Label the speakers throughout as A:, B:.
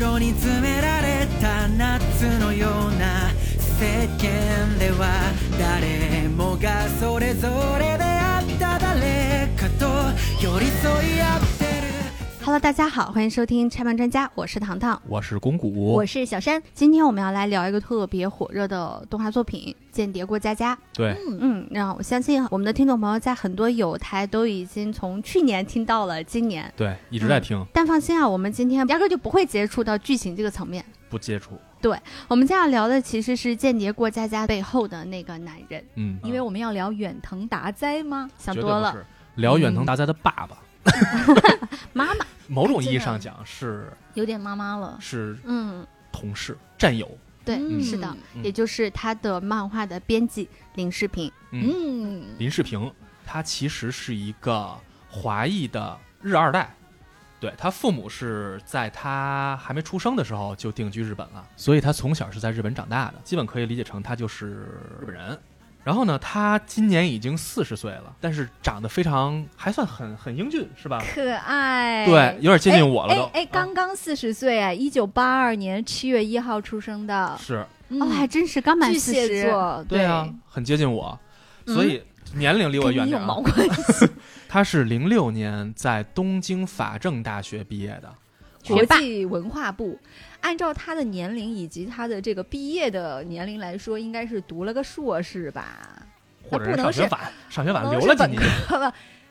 A: 袋に詰められた夏のような世間では誰もがそれぞれであった誰かと寄り添い合ってる
B: Hello，大家好，欢迎收听拆漫专家，我是糖糖。
C: 我是龚古，
B: 我是小山，今天我们要来聊一个特别火热的动画作品《间谍过家家》。
C: 对，
B: 嗯，那我相信我们的听众朋友在很多有台都已经从去年听到了今年，
C: 对，一直在听，
B: 但放心啊，我们今天压根儿就不会接触到剧情这个层面。
C: 不接触，
B: 我们今天要聊的其实是《间谍过家家》背后的那个男人，
C: 嗯，
D: 因为我们要聊远藤达哉吗？
B: 想
C: 绝对
B: 多
C: 不
B: 了。
C: 是聊远藤达哉的爸爸，
B: 妈妈，
C: 某种
D: 哎
C: 意
D: 真
C: 义
D: 的
C: 上讲是
D: 有点妈妈了。
C: 是
B: 嗯，
C: 同事战友，
B: 对，
D: 嗯
B: 是的，
C: 嗯
B: 也就是他的漫画的编辑林世平。
C: 嗯，
D: 嗯，
C: 林世平，他其实是一个华裔的日二代。对他父母是在他还没出生的时候就定居日本了，所以他从小是在日本长大的，基本可以理解成他就是日本人。然后呢，他今年已经四十岁了，但是长得非常还算很很英俊，是吧？
D: 可爱。
C: 对，，有点接近我了
D: 哎
C: 都。
D: 哎，刚刚四十岁啊，一九八二年七月一号出生的
C: 啊，是，
D: 嗯
B: 哦，还真是刚满
D: 巨
B: 四
D: 蟹
B: 十，嗯
D: 座，
C: 对啊，很接近我，所以年龄离我
D: 嗯跟
C: 远
D: 你有
C: 点
D: 毛
C: 啊。
D: 关系？
C: 他是零六年在东京法政大学毕业的，
D: 国
B: 学霸
D: 际文化部，按照他的年龄以及他的这个毕业的年龄来说，应该是读了个硕士吧？
C: 或者是
D: 不能
C: 上学
D: 是
C: 法，上学法
D: 不能
C: 留
D: 是
C: 了几
D: 本
C: 年。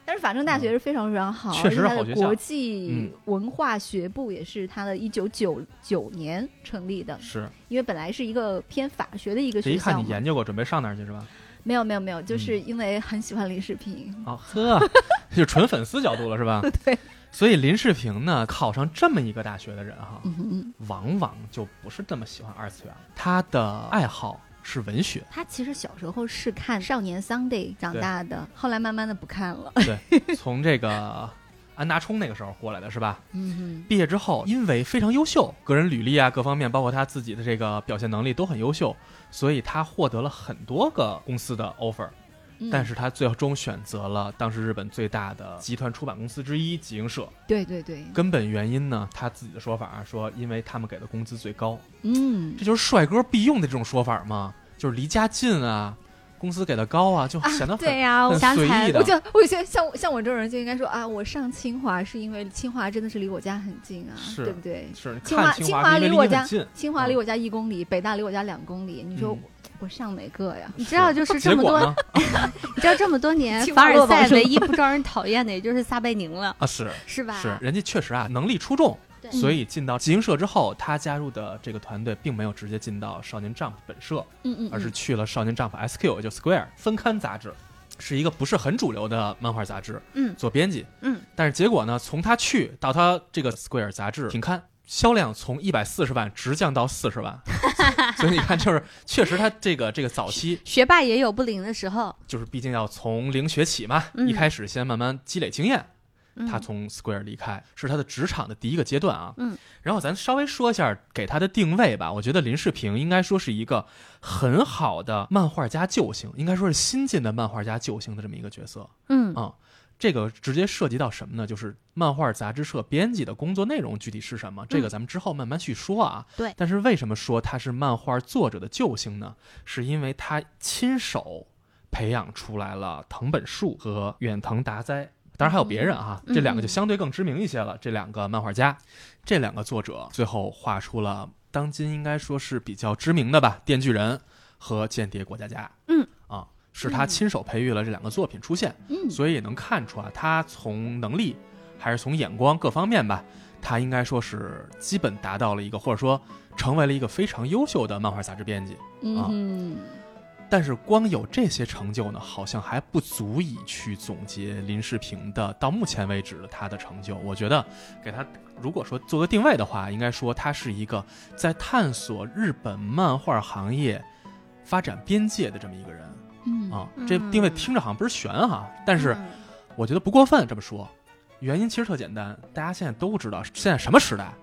D: 但是法政大学是非常非常好，
C: 嗯确实是
D: 而且它
C: 好学
D: 的
C: 校嗯
D: 国际文化学部也是它的一九九九年成立的，
C: 是，
D: 因为本来是一个偏法学的一个
C: 这
D: 学
C: 一看
D: 校
C: 你
D: 嘛。
C: 研究嗯过，准备上那儿去是 吧？
D: 没有没有没有，就是因为很喜欢林世平，
C: 啊呵，就纯粉丝角度了是吧？
D: 对。
C: 所以林世平呢，考上这么一个大学的人哈，
D: 嗯哼，
C: 往往就不是这么喜欢二次元了。他的爱好是文学，
D: 他其实小时候是看《少年 Sunday》长大的，后来慢慢的不看了。
C: 从这个安达充那个时候过来的是吧？
D: 嗯
C: 毕业之后，因为非常优秀，个人履历啊各方面，包括他自己的这个表现能力都很优秀，所以他获得了很多个公司的 offer，
D: 哼，
C: 但是他最终选择了当时日本最大的集团出版公司之一集英社。
D: 对对对，
C: 根本原因呢，他自己的说法、啊、说，因为他们给的工资最高，
D: 嗯
C: 这就是帅哥必用的这种说法嘛，就是离家近啊，工资给的高啊，就显得很、
D: 啊、
C: 啊
D: 对呀、我
C: 很
B: 想起
C: 随
B: 来
C: 意
B: 了
C: 的
D: 我。就我觉得像我像我这种人就应该说啊，我上清华是因为清华真的是离我家很近啊，
C: 是
D: 对不对？
C: 是，
D: 清
C: 看
D: 华
C: 清
D: 清
C: 华
D: 华
C: 因为
D: 离
C: 离
D: 我
C: 你
D: 家
C: 很近，
D: 清华离我家一公里，北大离我家两公里，你说
C: 嗯
D: 我,、上哪个呀？
B: 你知道，就是
C: 结
B: 这么
C: 果
B: 多，
C: 呢？
B: 你知道这么多年
D: 青
B: 凡
D: 蛙
B: 尔
D: 落
B: 赛
D: 榜
B: 唯一不招人讨厌的，也就是撒贝宁了，
C: 啊，是
B: 是吧？嗯
C: 是，人家确实啊，能力出众，
B: 对
C: 所以进到集英社之后，他加入的这个团队并没有直接进到少年 Jump 本社，
D: 嗯嗯，
C: 而是去了少年 Jump SQ，也就 Square 分刊杂志，是一个不是很主流的漫画杂志，
B: 嗯
C: 做编辑，
B: 嗯，
C: 但是结果呢，从他去到他这个 Square 杂志停刊。销量从一百四十万直降到四十万，所以你看，就是确实他这个这个早期
B: 嗯学霸也有不灵的时候，
D: 嗯
C: 就是毕竟要从零学起嘛，
B: 嗯
C: 一开始先慢慢积累经验，
B: 嗯
C: 他从 Square 离开，是他的职场的第一个阶段啊。
B: 嗯，
C: 然后咱稍微说一下给他的定位吧。我觉得林世平应该说是一个很好的漫画家救星，应该说是新晋的漫画家救星的这么一个角色。
B: 嗯
C: 啊这个直接涉及到什么呢？就是漫画杂志社编辑的工作内容具体是什么？这个咱们之后慢慢去说啊。
B: 嗯对
C: 但是为什么说他是漫画作者的救星呢？是因为他亲手培养出来了藤本树和远藤达哉，当然还有别人啊，
B: 嗯
C: 这两个就相对更知名一些了。这两个漫画家，这两个作者最后画出了当今应该说是比较知名的吧，《电锯人》和《间谍过家家》。
B: 嗯
C: 啊，是他亲手培育了这两个作品出现。
D: 嗯
C: 所以也能看出啊，他从能力还是从眼光各方面吧，他应该说是基本达到了一个，或者说成为了一个非常优秀的漫画杂志编辑。啊
D: 嗯
C: 但是光有这些成就呢，好像还不足以去总结林世平的到目前为止的他的成就。我觉得给他如果说做个定位的话，应该说他是一个在探索日本漫画行业发展边界的这么一个人
D: 嗯
C: 啊。这定位听着好像不是悬哈、但是。
B: 嗯
C: 我觉得不过分这么说，原因其实特简单，大家现在都知道，现在什么时代？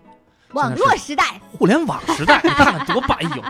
D: 网络时代，
C: 互联网时代，你看看多白有。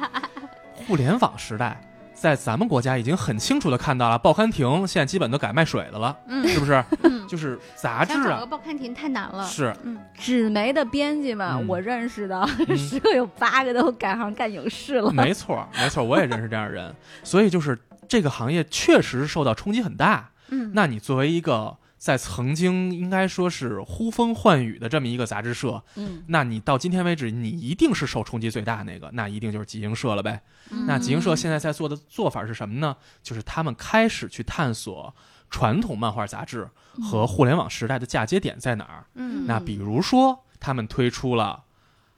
C: 互联网时代，在咱们国家已经很清楚的看到了，报刊亭现在基本都改卖水的了，
B: 嗯
C: 是不是？
B: 嗯，
C: 就是杂志
B: 想找个
C: 啊，
B: 报刊亭太难了。
C: 是，
B: 嗯，
D: 纸媒的编辑嘛，
C: 嗯
D: 我认识的、
C: 嗯
D: 十个有八个都改行干影视了。
C: 没错儿，没错儿，我也认识这样的人，所以就是这个行业确实受到冲击很大。
B: 嗯，
C: 那你作为一个在曾经应该说是呼风唤雨的这么一个杂志社，
D: 嗯，
C: 那你到今天为止，你一定是受冲击最大那个，那一定就是集英社了呗。
B: 嗯
C: 嗯那集英社现在在做的做法是什么呢？就是他们开始去探索传统漫画杂志和互联网时代的嫁接点在哪儿。
B: 嗯，
C: 那比如说，他们推出了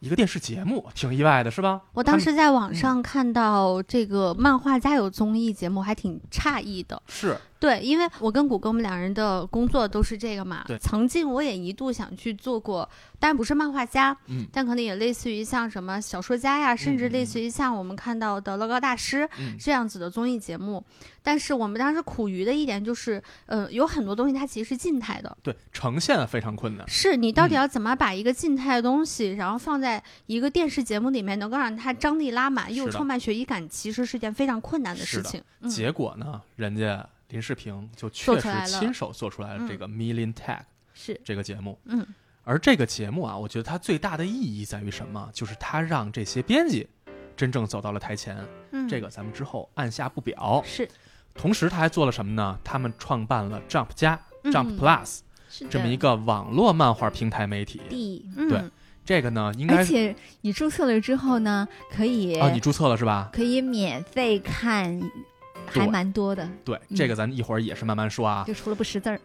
C: 一个电视节目，挺意外的是吧？
B: 我当
C: 他们嗯
B: 时在网上看到这个漫画家有综艺节目，还挺诧异的。
C: 是
B: 对，因为我跟谷歌我们两人的工作都是这个嘛。
C: 对
B: 曾经我也一度想去做过，但不是漫画家，
C: 嗯
B: 但可能也类似于像什么小说家呀，甚至类似于像我们看到的乐高大师
C: 嗯
B: 这样子的综艺节目。但是我们当时苦于的一点就是，呃，有很多东西它其实是静态的，
C: 对呈现非常困难。
B: 是你到底
C: 嗯
B: 要怎么把一个静态的东西，然后放在一个电视节目里面，能够让它张力拉满，又
C: 是的
B: 充满学艺感，其实是件非常困难的
C: 是
B: 事
C: 的
B: 情。
C: 结果呢，人家林世平就
B: 嗯做出
C: 确实
B: 来了嗯
C: 亲手做出来了这个 Million Tag
B: 是，
C: 这个节目。
B: 嗯，
C: 而这个节目啊，我觉得它最大的意义在于什么？就是它让这些编辑真正走到了台前。
B: 嗯，
C: 这个咱们之后按下不表。
D: 嗯
B: 是
C: 同时，他还做了什么呢？他们创办了 Jump 加
B: 嗯
C: Jump Plus
D: 是
C: 这么一个
D: 个
C: 网络漫画平台媒体。
D: 地。
B: 嗯
D: 嗯
C: 对这个呢，应
D: 而
C: 该是
D: 且你注册了之后呢，可以、
C: 啊，你注册了是吧？
D: 可以免费看，
C: 对啊
D: 还蛮多的，
C: 对，
B: 嗯
C: 这个咱一会儿也是慢慢说啊。
D: 就除了不识字儿。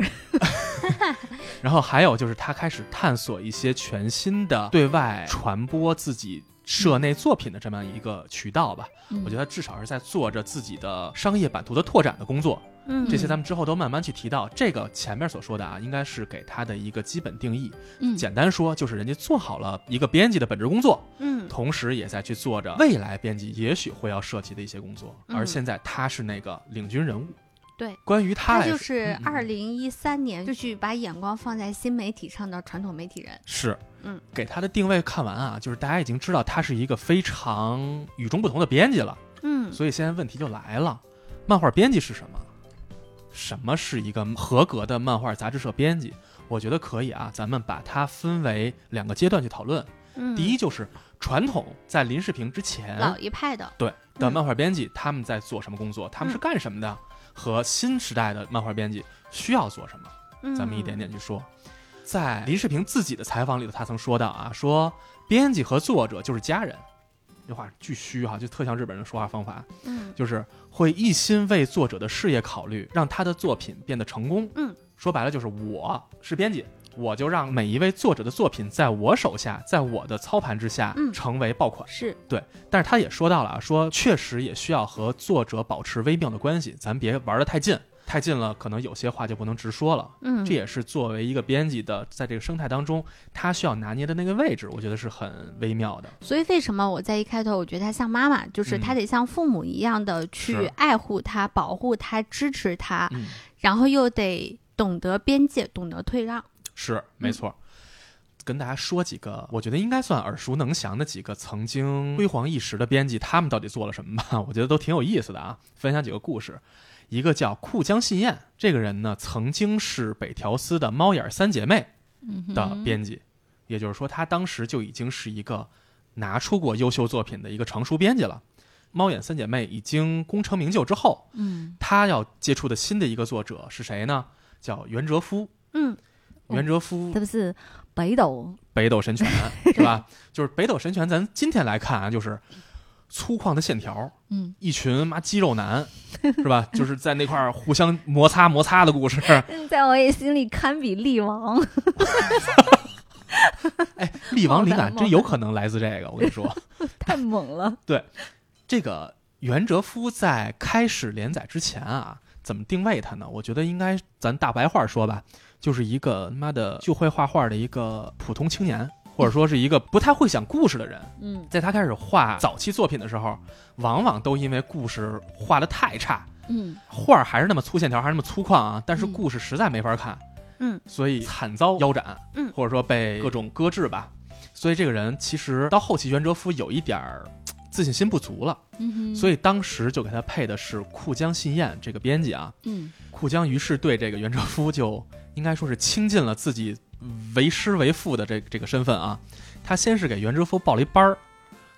C: 然后还有就是，他开始探索一些全新的对外传播自己社内作品的这么一个渠道吧。
D: 嗯
C: 我觉得至少是在做着自己的商业版图的拓展的工作。
B: 嗯，
C: 这些咱们之后都慢慢去提到。这个前面所说的啊，应该是给他的一个基本定义。
D: 嗯
C: 简单说，就是人家做好了一个编辑的本职工作，
B: 嗯
C: 同时也在去做着未来编辑也许会要涉及的一些工作。
B: 嗯
C: 而现在他是那个领军人物。
B: 对，
C: 关于他
B: 他
C: 来说，
B: 就是
C: 嗯嗯
B: 二零一三年就去把眼光放在新媒体上的传统媒体人。
C: 是，
B: 嗯，
C: 给他的定位看完啊，就是大家已经知道他是一个非常与众不同的编辑了。
B: 嗯
C: 所以现在问题就来了，漫画编辑是什么？什么是一个合格的漫画杂志社编辑？我觉得可以啊，咱们把它分为两个阶段去讨论。
B: 嗯，
C: 第一就是传统在林世平之前
B: 老一嗯派的，
C: 对的漫画编辑，他们在做什么工作，他
B: 嗯
C: 们是干什么的，和新时代的漫画编辑需要做什么。
B: 嗯
C: 咱们一点点去说。在林世平自己的采访里头，他曾说到啊，说编辑和作者就是家人，这话巨虚哈、就特像日本人说话方法，
B: 嗯
C: 就是会一心为作者的事业考虑，让他的作品变得成功。
B: 嗯，
C: 说白了就是我是编辑，我就让每一位作者的作品在我手下，在我的操盘之下
B: 嗯
C: 成为爆款。
B: 是
C: 但是他也说到了啊，说确实也需要和作者保持微妙的关系，咱别玩得太近，太近了可能有些话就不能直说了。
B: 嗯
C: 这也是作为一个编辑的，在这个生态当中，他需要拿捏的那个位置，我觉得是很微妙的。
B: 所以为什么我在一开头我觉得他像妈妈，就是他
C: 嗯
B: 得像父母一样的去
C: 是
B: 爱护他、保护他、支持他，
C: 嗯，
B: 然后又得懂得边界、懂得退让。
C: 是没错。跟大家说几个，我觉得应该算耳熟能详的几个曾经辉煌一时的编辑，他们到底做了什么吧？ 我觉得都挺有意思的啊。分享几个故事，一个叫库江信彦，这个人呢曾经是北条司的猫眼三姐妹的编辑，也就是说，他当时就已经是一个拿出过优秀作品的一个成熟编辑了。猫眼三姐妹已经功成名就之后，
D: 嗯，
C: 他要接触的新的一个作者是谁呢？叫袁哲夫。
B: 嗯，
C: 袁哲夫
D: 这不是北斗
C: 北斗神拳是吧？就是北斗神拳，咱今天来看啊，就是粗犷的线条，
D: 嗯，
C: 一群妈肌肉男是吧？就是在那块儿互相摩擦摩擦的故事。
D: 嗯在我也心里堪比力王。
C: 哎，力王灵感
D: 猛的
C: 真有可能来自这个，我跟你说，
D: 太猛了。
C: 这个袁哲夫在开始连载之前啊。怎么定位他呢？我觉得应该咱大白话说吧，就是一个他妈的就会画画的一个普通青年，或者说是一个不太会讲故事的人。
D: 嗯
C: 在他开始画早期作品的时候，往往都因为故事画的太差，
D: 嗯，
C: 画儿还是那么粗线条，还是那么粗犷啊，但是
D: 嗯
C: 故事实在没法看，
B: 嗯，
C: 所以惨遭腰斩，
B: 嗯
C: 或者说被各种搁置吧。所以这个人其实到后期，袁哲夫有一点儿嘖自信心不足了，
D: 嗯哼，
C: 所
D: 以
C: 以当时就给他配的是库江信彦这个编辑啊。
D: 嗯
C: 库江于是对这个袁哲夫就应该说是倾尽了自己为师为父的这这个身份啊。他先是给袁哲夫报了一班儿，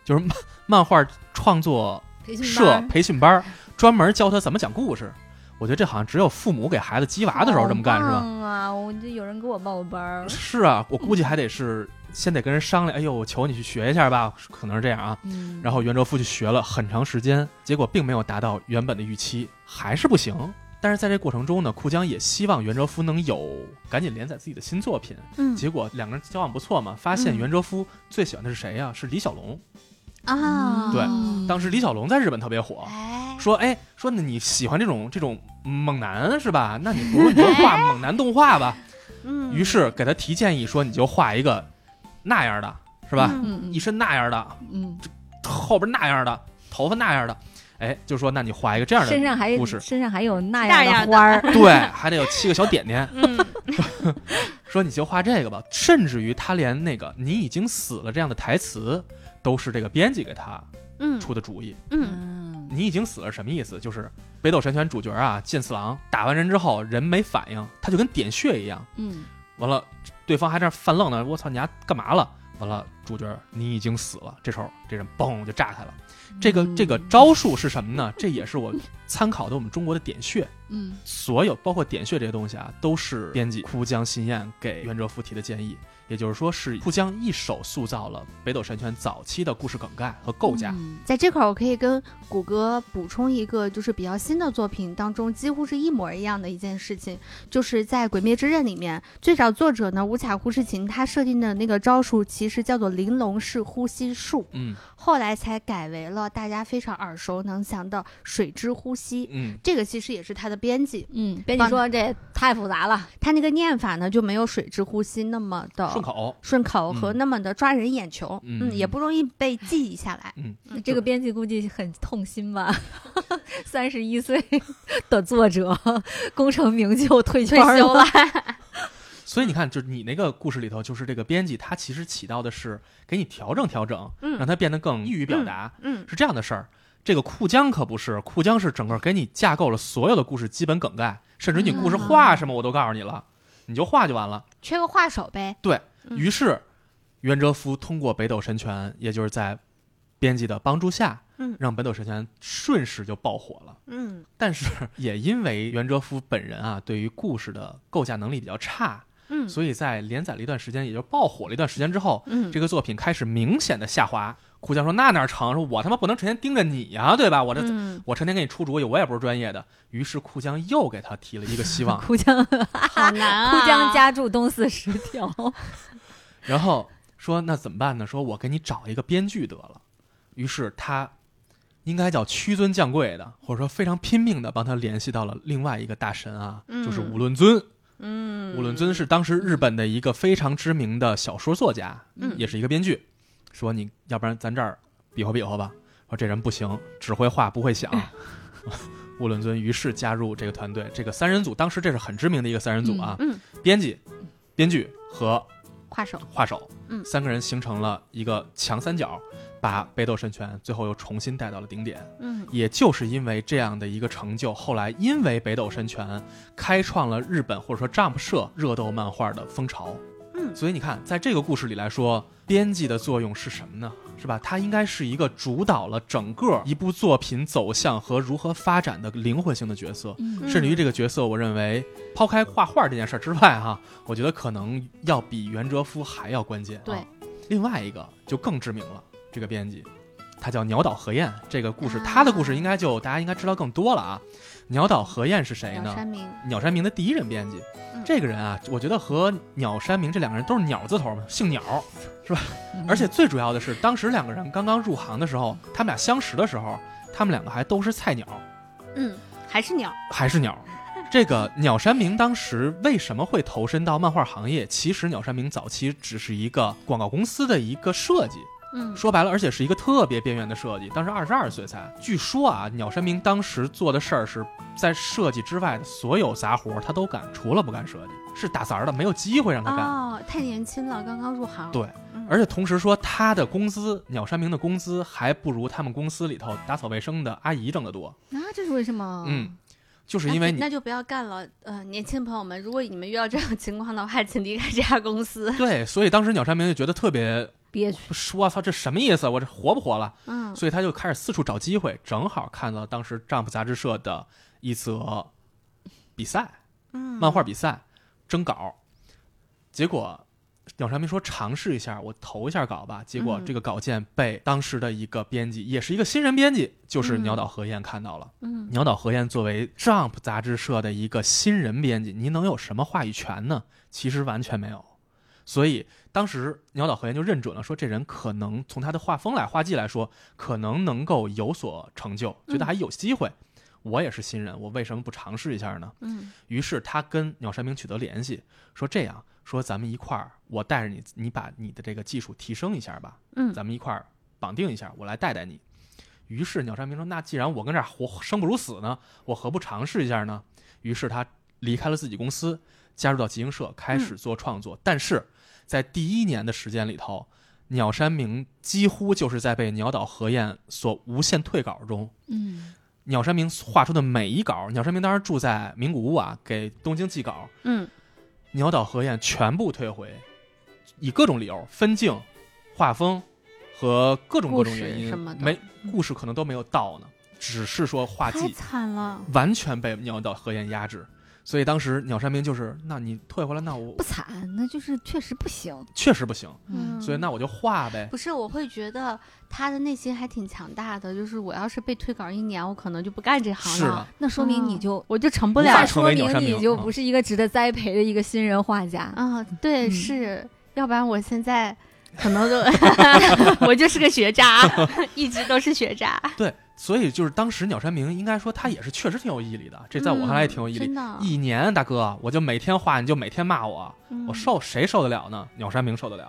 C: 就是漫漫画创作
D: 培训班
C: 社
D: 儿
C: 培训班儿，专门教他怎么讲故事。我觉得这好像只有父母给孩子鸡娃的时候这么干，是
D: 好
C: 吧？
D: 棒啊，我就有人给我报个班儿，
C: 是啊，我估计还得是先得跟人商量，哎呦，我求你去学一下吧，可能是这样啊。
D: 嗯，
C: 然后袁哲夫去学了很长时间，结果并没有达到原本的预期，还是不行。但是在这过程中呢，库江也希望袁哲夫能有赶紧连载自己的新作品。
B: 嗯
C: 结果两个人交往不错嘛，发现
D: 嗯
C: 袁哲夫最喜欢的是谁呀、是李小龙。
B: 啊，
C: 对
D: 嗯
C: 当时李小龙在日本特别火，
B: 哎，
C: 说哎说那你喜欢这种这种猛男是吧？那你不如你就画猛男动画吧。
B: 嗯，
C: 于是给他提建议说，你就画一个那样的，是
B: 是
C: 吧？
D: 嗯
C: 一身那样的，
D: 嗯，
C: 后边那样的，头发那样的，哎，就说那你画一个这样的
D: 身上还
C: 故事，
D: 身上还有那
B: 那
D: 样
B: 样
D: 的
B: 的。
D: 花儿，
C: 对，还得有七个小点点
B: 嗯，
C: 说你就画这个吧，甚至于他连那个“你已经死了”这样的台词，都是这个编辑给他
B: 嗯，
C: 出的主意。
B: 嗯，
D: 嗯
C: 你已经死了是什么意思？就是北斗神拳主角啊，剑次郎打完人之后人没反应，他就跟点穴一样。
D: 嗯，
C: 完了，对方还在那儿犯愣呢，我操，你丫干嘛了？完了，主角你已经死了。这时候这人嘣就炸开了。这个这个招数是什么呢？这也是我参考的我们中国的点穴，
D: 嗯
C: 所有包括点穴这些东西啊，都是编辑库江信彦给袁哲夫提的建议。也就是说，是库江一手塑造了北斗神拳早期的故事梗概和构架。
D: 嗯
B: 在这块儿我可以跟谷歌补充一个，就是比较新的作品当中几乎是一模一样的一件事情，就是在《鬼灭之刃》里面，最早作者呢无卡呼士琴他设定的那个招数其实叫做玲珑式呼吸术，
C: 嗯
B: 后来才改为了大家非常耳熟能详的水之呼吸。
C: 嗯
B: 这个其实也是他的编辑，
D: 嗯，编辑说这太复杂了，
B: 他那个念法呢就没有水之呼吸那么的
C: 顺口。
B: 顺口和
C: 嗯
B: 那么的抓人眼球，
C: 嗯
B: 也不容易被记忆下来。
D: 这个编辑估计很痛心吧？ 三十一岁 的作者，功成名就，退
B: 退
D: 圈儿
B: 休了，
C: 所以你看，就是你那个故事里头，就是这个编辑他其实起到的是给你调整调整，
B: 嗯
C: 让它变得更易于表达。
B: 嗯
C: 是这样的事儿。这个库江可不是，库江是整个给你架构了所有的故事基本梗概，甚至你故事画什么我都告诉你了，你就画就完了。
B: 缺个画手呗。嗯
C: 于是，袁哲夫通过北斗神拳，也就是在编辑的帮助下，
B: 嗯
C: 让北斗神拳顺势就爆火了。
B: 嗯
C: 但 是也因为袁哲夫本人啊，对于故事的构架能力比较差，
B: 嗯
C: 所以在连载了一段时间，也就爆火了一段时间之后，
B: 嗯
C: 这个作品开始明显的下滑。库江说：“那哪成？说我他妈不能成天盯着你呀、对吧？我这
B: 嗯
C: 我成天给你出主意，我也不是专业的。于是库江又给他提了一个希 望，
D: 枯
B: 啊
D: 江
B: 好难啊！
D: 枯江家住东四十条，
C: 然后说那怎么办呢？说我给你找一个编剧得了。于是他应该叫屈尊降贵的，或者说非常拼命的帮他联系到了另外一个大神啊，
B: 嗯
C: 就是武论尊。
B: 嗯，
C: 武论尊是当时日本的一个非常知名的小说作家，
B: 嗯
C: 也是一个编剧，说你要不然咱这儿比划比划吧。说这人不行，只会画不 会想。乌伦尊于是加入这个团队，这个三人组当时这是很知名的一个三人组啊，
B: 嗯嗯
C: 编辑、编剧和
B: 画手，
C: 画手，
B: 嗯
C: 三个人形成了一个强三角，把北斗神拳最后又重新带到了顶点。
B: 嗯
C: 也就是因为这样的一个成就，后来因为北斗神拳开创了日本或者说 Jump 社热斗漫画的风潮。
B: 嗯
C: 所以你看，在这个故事里来说，编辑的作用是什么呢？是吧？它应该是一个主导了整个一部作品走向和如何发展的灵魂性的角色。
D: 嗯
C: 甚至于这个角色，我认为抛开画画这件事儿之外、哈，我觉得可能要比袁哲夫还要关键、啊。
B: 对，
C: 另外一个就更知名了，这个编辑，他叫鸟岛和彦。这个故事，
B: 啊
C: 他的故事应该就大家应该知道更多了啊。鸟岛和彦是谁
B: 鸟
C: 呢？
B: 山明，
C: 鸟山明的第一任编辑，
B: 嗯
C: 这个人啊，我觉得和鸟山明这两个人都是鸟字头嘛，姓鸟，是吧？
B: 嗯
C: 而且最主要的是，当时两个人刚刚入行的时候，他们俩相识的时候，他们两个还都是菜鸟，
B: 嗯，还是鸟，
C: 还是鸟。这个鸟山明当时为什么会投身到漫画行业？其实鸟山明早期只是一个广告公司的一个设计，
B: 嗯
C: 说白了，而且是一个特别边缘的设计。当时二十二岁才，据说啊，鸟山明当时做的事儿是在设计之外的所有杂活儿他都干，除了不干设计，是打杂儿的，没有机会让他干。啊
B: 哦，太年轻了，刚刚入行。
C: 对
B: 嗯，
C: 而且同时说，他的工资，鸟山明的工资还不如他们公司里头打扫卫生的阿姨挣得多。
B: 那这是为什么？
C: 嗯，就是
B: 哦那
C: 因
B: 就
C: 为你
B: 那就不要干了。呃，年轻朋友们，如果你们遇到这种情况的话， 请离开这家公司。
C: 对，所以当时鸟山明就觉得特别，
D: 憋屈。
C: 我操，这什么意思？我这活不活了？
B: 嗯
C: 所以他就开始四处找机会，正好看到当时《丈夫》杂志社的一则比赛，
B: 嗯，
C: 漫画比赛征稿，结果鸟山明说尝试一下，我投一下稿吧。结果
B: 嗯
C: 这个稿件被当时的一个编辑，也是一个新人编辑，就是
B: 嗯
C: 鸟岛和彦看到了。
B: 嗯
C: 鸟岛和彦作为《Jump》杂志社的一个新人编辑，你能有什么话语权呢？其实完全没有。所以当时鸟岛和彦就认准了，说这人可能从他的画风来、画技来说，可能能够有所成就，觉
B: 嗯
C: 得还有机会。我也是新人，我为什么不尝试一下呢？
B: 嗯
C: 于是他跟鸟山明取得联系，说这样，说咱们一块儿，我带着你，你把你的这个技术提升一下吧，
B: 嗯
C: 咱们一块儿绑定一下，我来带带你。于是鸟山明说：“那既然我跟这儿活生不如死呢，我何不尝试一下呢？”于是他离开了自己公司，加入到集英社，开始做创作。但是在第一年的时间里头，鸟山明几乎就是在被鸟岛和彦所无限退稿中
D: 嗯
C: 鸟山明画出的每一稿，鸟山明当时住在名古屋啊，给东京寄稿，
B: 嗯
C: 鸟岛和彦全部退回，以各种理由、分镜、画风和各种各种原
B: 故事
C: 因
B: 什么，的
C: 没故事可能都没有到呢，只是说画
B: 太
C: 技
B: 惨了，
C: 完全被鸟岛和彦压制。所以当时鸟山明就是，那你退回来，那我
D: 不惨，那就是确实不行。
C: 确实不行，
B: 嗯
C: 所以那我就画呗。
B: 不是，我会觉得他的内心还挺强大的。就是我要是被退稿一年，我可能就不干这行
C: 是
B: 了
C: 的，，
D: 那说明
B: 哦
D: 你就
B: 我就成不
C: 无
B: 了
C: 法
D: 再
C: 成
D: 说
C: 为鸟
D: 明
C: 山
D: 你
C: 明
D: 就
C: 嗯
D: 不是一个值得栽培的一个新人画家。
B: 啊，对，
D: 嗯
B: 是，要不然我现在可能就 我就是个学渣， 一直都是学渣。
C: 对，所以就是当时鸟山明应该说他也是确实挺有毅力的，这 在我看来也挺有毅力。
B: 嗯真的，
C: 一年，大哥，我就每天画，你就每天骂我，我
B: 嗯
C: 受谁受得了呢？鸟山明受得了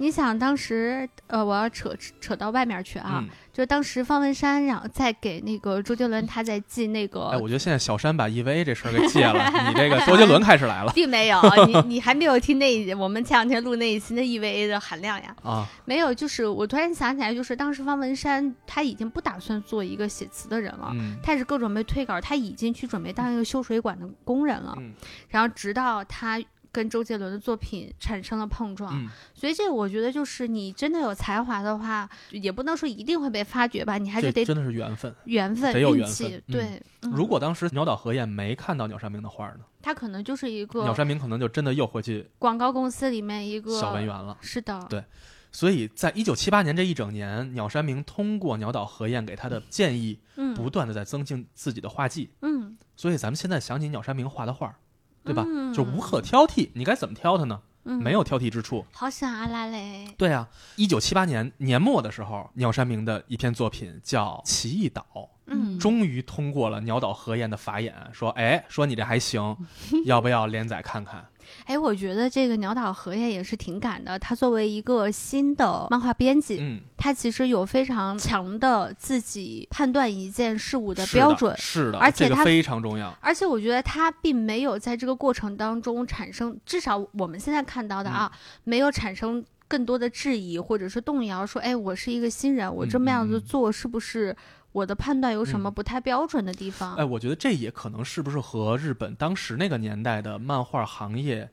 B: 你想当时，呃，我要扯扯到外面去啊，
C: 嗯！
B: 就是当时方文山然后在给那个周杰伦，他在寄那
C: 哎，
B: 个
C: 我觉得现在小山把 EVA 这事儿给戒了，你这个周杰伦开始 来了
B: 并没有，你你还没有听那一我们前两天录那一期的 EVA 的含量呀？
C: 啊！
B: 没有，就是我突然想起来，就是当时方文山他已经不打算做一个写词的人了。
C: 嗯
B: 开始各种被退稿，他已经去准备当一个修水管的工人了。
C: 嗯
B: 然后直到他跟周杰伦的作品产生了碰撞，
C: 嗯，
B: 所以这个我觉得就是你真的有才华的话，也不能说一定会被发掘吧，你还
C: 这
B: 是得
C: 真的是缘分。
B: 缘分、
C: 得有
B: 运
C: 缘分
B: 气。
C: 嗯
B: 对，嗯
C: 如果当时鸟岛和彦没看到鸟山明的画呢，
B: 他可能就是一
C: 鸟
B: 个
C: 山明可能就真的又回去
B: 广告公司里面一个
C: 小文员了。
B: 是的，
C: 对所以在一九七八年这一整年，鸟山明通过鸟岛和彦给他的建议，
B: 嗯，
C: 不断的在增进自己的画技。
B: 嗯，
C: 所以咱们现在想起鸟山明画的画，对吧？
B: 嗯
C: 就无可挑剔，你该怎么挑他呢？
B: 嗯
C: 没有挑剔之处。
B: 好想阿拉蕾，
C: 对啊，一九七八年年末的时候，鸟山明的一篇作品叫《奇异岛》，
B: 嗯，
C: 终于通过了鸟岛和彦的法眼，说，哎，说你这还 行，要不要连载看看？
B: 哎，我觉得这个鸟岛和彦也是挺敢的，他作为一个新的漫画编辑，
C: 嗯，
B: 他其实有非常强的自己判断一件事物的
C: 是
B: 标准，
C: 是的，
B: 而且啊
C: 这
B: 他
C: 个非常重要。
B: 而且我觉得他并没有在这个过程当中产生，至少我们现在看到的啊，
C: 嗯
B: 没有产生更多的质疑或者是动摇，说，哎，我是一个新人，我这么样
C: 嗯
B: 子
C: 嗯嗯嗯
B: 做是不是我的判断有什么不太标准的地方？
C: 哎，我觉得这也可能是不是和日本当时那个年代的漫画行业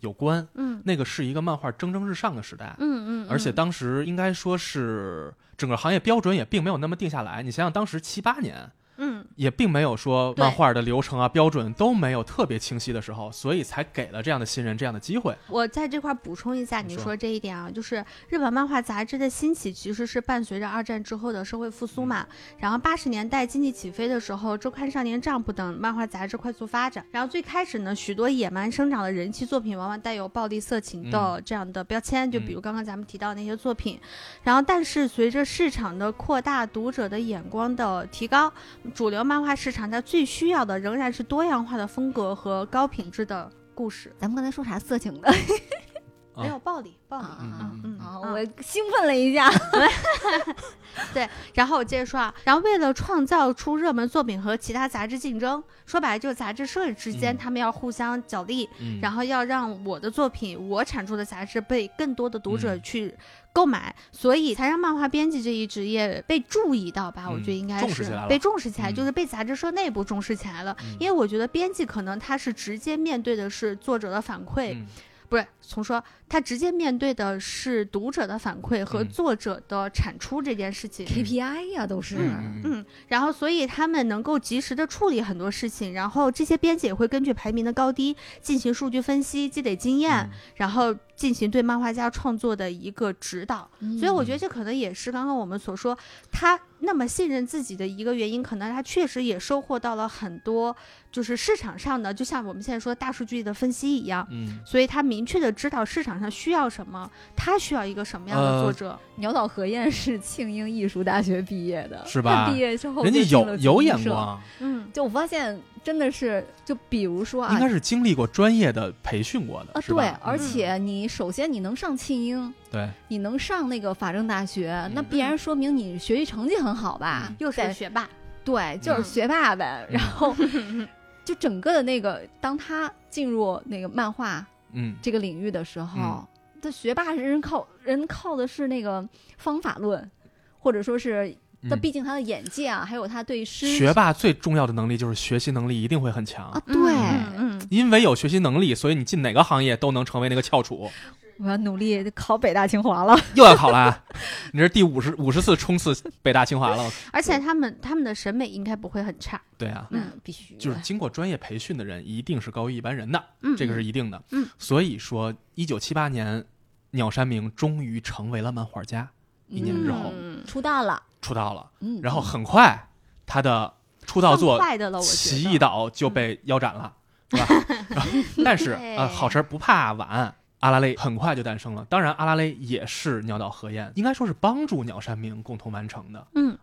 C: 有关？
B: 嗯
C: 那个是一个漫画蒸蒸日上的时代，
B: 嗯嗯，
C: 而且
B: 嗯
C: 当时应该说是整个行业标准也并没有那么定下来。你想想，当时七八年。
B: 嗯
C: 也并没有说
B: 对
C: 漫画的流程啊、标准都没有特别清晰的时候，所以才给了这样的新人这样的机 会。
B: 我在这块儿补充一下，你
C: 你说
B: 说这一点啊，就是日本漫画杂志的兴起其实是伴随着二战之后的社会复苏
C: 嗯
B: 嘛。然后八十年代经济起飞的时候，周刊少年 Jump 等漫画杂志快速发展。然后最开始呢，许多野蛮生长的人气作品往往带有暴力、色情
C: 嗯
B: 的这样的标签，就比如刚刚咱们提到那些作品。然后，但是随着市场的扩大，读者的眼光的提高，主流漫画市场它最需要的仍然是多样化的风格和高品质的故事。
D: 咱们刚才说啥色情的？
C: 啊
B: 没有暴力，暴力。
D: 啊
C: 嗯
B: 嗯
D: 啊，
B: 嗯
D: 我兴奋了一下，
B: 然后我接着说啊，然后为了创造出热门作品和其他杂志竞争，说白了就是杂志社之间
C: 嗯
B: 他们要互相角力，
C: 嗯，
B: 然
C: 后
B: 后要让我的作品，我产出的杂志被更多的读者
C: 嗯
B: 去购买，所以才让漫画编辑这一职业被注意到吧？我
C: 嗯
B: 觉得应该
C: 重视
B: 是
C: 起来了
B: 被重视起来，
C: 嗯
B: 就是被杂志社内部重视起来了。因为我觉得编辑可能他是直接面对的是作者的反馈，
C: 嗯
B: 不是重说，他直接面对的是读者的反馈和
C: 嗯
B: 作者的产出这件事情。
D: KPI 呀、都是。
C: 嗯嗯
B: 嗯，然后所以他们能够及时的处理很多事情，然后这些编辑也会根据排名的高低进行数据分析，积累经验，
C: 嗯
B: 然后进行对漫画家创作的一个指导。嗯
C: 嗯
D: 嗯
B: 所以我觉得这可能也是刚刚我们所说，他那么信任自己的一个原因，可能他确实也收获到了很多，就是市场上的，就像我们现在说大数据的分析一样。
C: 嗯，
B: 所以他明确的知道市场上需要什么，他需要一个什么样的
C: 呃
B: 作者。
D: 鸟岛和彦是庆应艺术大学毕业的，
C: 是吧
D: 他毕业之后
C: 人家
D: 就进
C: 有
D: 了
C: 有
D: 出
C: 眼
D: 版社。
C: 光，
B: 嗯，
D: 就我发现真的是，就比如说啊
C: 应，该是经历过专业的培训过的
D: 啊
C: 是
D: 对
C: 吧，
D: 而
C: 嗯
D: 且你首先你能上庆应，
C: 对，
D: 你能上那个法政大学，那必然说明你学习成绩很好吧？
C: 嗯
B: 又是
D: 在
B: 个学霸。
D: 对，就是
B: 嗯
D: 学霸呗。
C: 嗯
D: 然后就整个的那个，当他进入那个漫画
C: 嗯
D: 这个领域的时候，
C: 嗯
D: 他学霸人靠人靠的是那个方法论，或者说是他
C: 嗯
D: 毕竟他的眼界啊，还有他对诗
C: 学霸最重要的能力就是学习能力一定会很强
D: 啊，对。
B: 嗯嗯，
C: 因为有学习能力，所以你进哪个行业都能成为那个翘楚。
D: 我要努力考北大清华了。
C: 又要考啦，你这第五十五十次冲刺北大清华了。
B: 而且他们他们的审美应该不会很差。
C: 对啊，
B: 嗯，
D: 必须
C: 就是经过专业培训的人一定是高于一般人的，
B: 嗯，
C: 这个是一定的。
B: 嗯，
C: 所以说，一九七八年，鸟山明终于成为了漫画家，一年之后
B: 嗯
D: 出道了。
C: 出道了。
D: 嗯，
C: 然后很快，他的出道
B: 更
C: 作
B: 快的了，
C: 《
B: 我
C: 奇
B: 觉
C: 异
B: 得。
C: 岛》就被腰 斩了，是吧？ 然后但是
B: 对
C: 呃，好事儿不怕晚。阿拉蕾很快就诞生了，当然阿拉蕾也是鸟岛和彦，应该说是帮助鸟山明共同完成的。
B: 嗯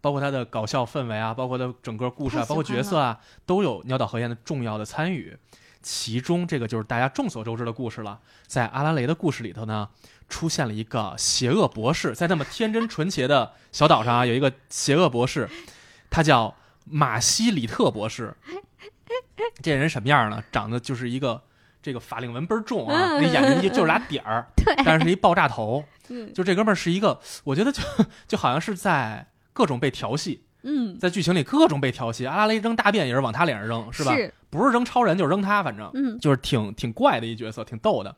C: 包括它的搞笑氛围啊，包括它整个故事啊
B: 太，喜
C: 包
B: 欢
C: 括角色啊，都有鸟岛和彦的重要的参与。其中这个就是大家众所周知的故事了。在阿拉蕾的故事里头呢，出现了一个邪恶博士，在那么天真纯洁的小岛上啊，有一个邪恶博士，他叫马西里特博士。这人什么样呢？长得就是一个这个法令纹倍儿重啊，那眼睛就是俩点儿，但是是一爆炸头。
B: 嗯
C: 就这哥们儿是一个，我觉得就就好像是在各种被调戏，
B: 嗯，
C: 在剧情里各种被调戏。阿拉蕾扔大便也是往他脸上扔， 是吧？不是扔超人就是扔他，反正
B: 嗯
C: 就是挺挺怪的一角色，挺逗的。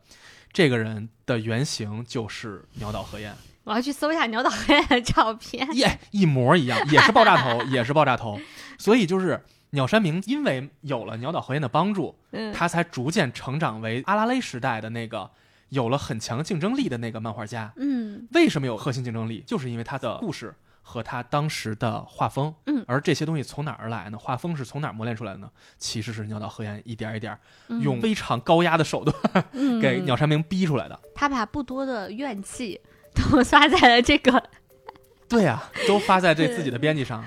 C: 这个人的原型就是鸟岛和 彦，
B: 我要去搜一下鸟岛黑的照片。
C: 耶，一模一样，也是爆炸头，也是爆 炸头。所以就是鸟山明，因为有了鸟岛和彦的帮助，
B: 嗯，
C: 他才逐渐成长为阿拉蕾时代的那个有了很强竞争力的那个漫画家。
B: 嗯
C: 为什么有核心竞争力？就是因为它的故事和它当时的画风。
B: 嗯
C: 而这些东西从哪儿而来呢？画风是从哪儿磨练出来的呢？其实是鸟岛和彦一点儿一点儿
B: 嗯
C: 用非常高压的手段
B: 嗯
C: 给鸟山明逼出来的。
B: 他把不多的怨气都 发在了 这个，
C: 对呀、都发在这自己的编辑上。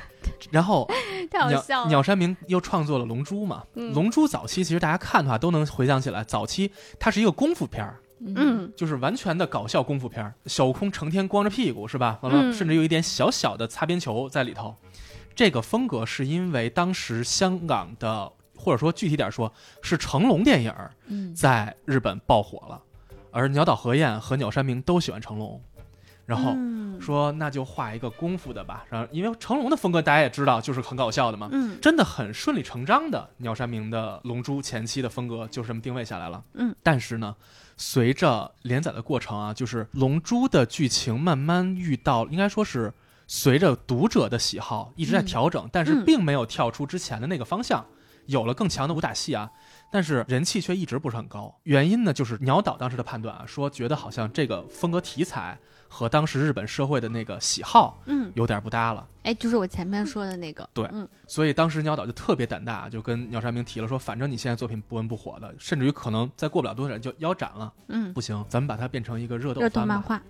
C: 然后
B: 太好笑
C: 鸟
B: 了。
C: 鸟山明又创作了《龙珠》嘛，
B: 嗯
C: 龙珠》早期其实大家看的话都能回想起来，早期它是一个功夫片儿，
B: 嗯
C: 就是完全的搞笑功夫片儿，小空成天光着屁股是吧？完了，
B: 嗯
C: 甚至有一点小小的擦边球在里头。这个风格是因为当时香港的，或者说具体点说，是成龙电影儿
D: 嗯
C: 在日本爆火了，而鸟岛和彦和鸟山明都喜欢成龙，然后
B: 嗯
C: 说那就画一个功夫的吧。然后因为成龙的风格大家也知道，就是很搞笑的嘛。
B: 嗯
C: 真的很顺理成章的，鸟山明的《龙珠》前期的风格就这么定位下来了。
B: 嗯，
C: 但是呢，随着连载的过程啊，就是《龙珠》的剧情慢慢遇到，应该说是随着读者的喜好一直在调整，但是并没有跳出之前的那个方向，有了更强的武打戏啊。但是人气却一直不是很高，原因呢就是鸟岛当时的判断啊，说觉得好像这个风格题材和当时日本社会的那个喜好
B: 嗯，
C: 有点不搭了。
B: 哎，就是我前面说的那个，
C: 对
B: 嗯
C: 所以当时鸟岛就特别胆大，就跟鸟山明提了说，反正你现在作品不温不火的，甚至于可能再过不了多久就腰斩了，
B: 嗯，
C: 不行，咱们把它变成一个热斗
B: 热
C: 番
B: 动漫
C: 吧。
B: 画，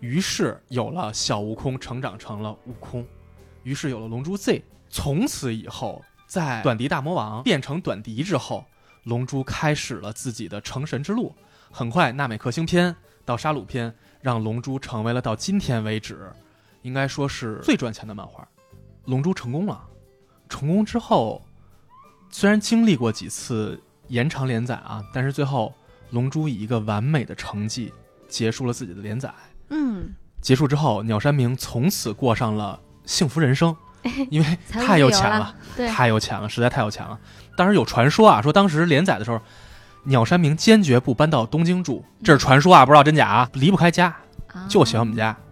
C: 于是有了小悟空成长成了悟空，于是有了龙珠 Z，从此以后，在短笛大魔王变成短笛之后，龙珠开始了自己的成神之路。很快，纳美克星篇到沙鲁篇，让《龙珠》成为了到今天为止，应该说是最赚钱的漫画。《龙珠》成功了，成功之后，虽然经历过几次延长连载啊，但是最后《龙珠》以一个完美的成绩结束了自己的连载。
B: 嗯，
C: 结束之后，鸟山明从此过上了幸福 人生，因为
B: 财务
C: 太有
B: 自由
C: 钱了
B: 了。对，
C: 太有钱了，实在太有钱了。当时有传说啊，说当时连载的时候，鸟山明坚决不搬到东京住，这是传说啊，不知道真假啊，离不开家，
D: 啊
C: 就喜欢我们家。
B: 嗯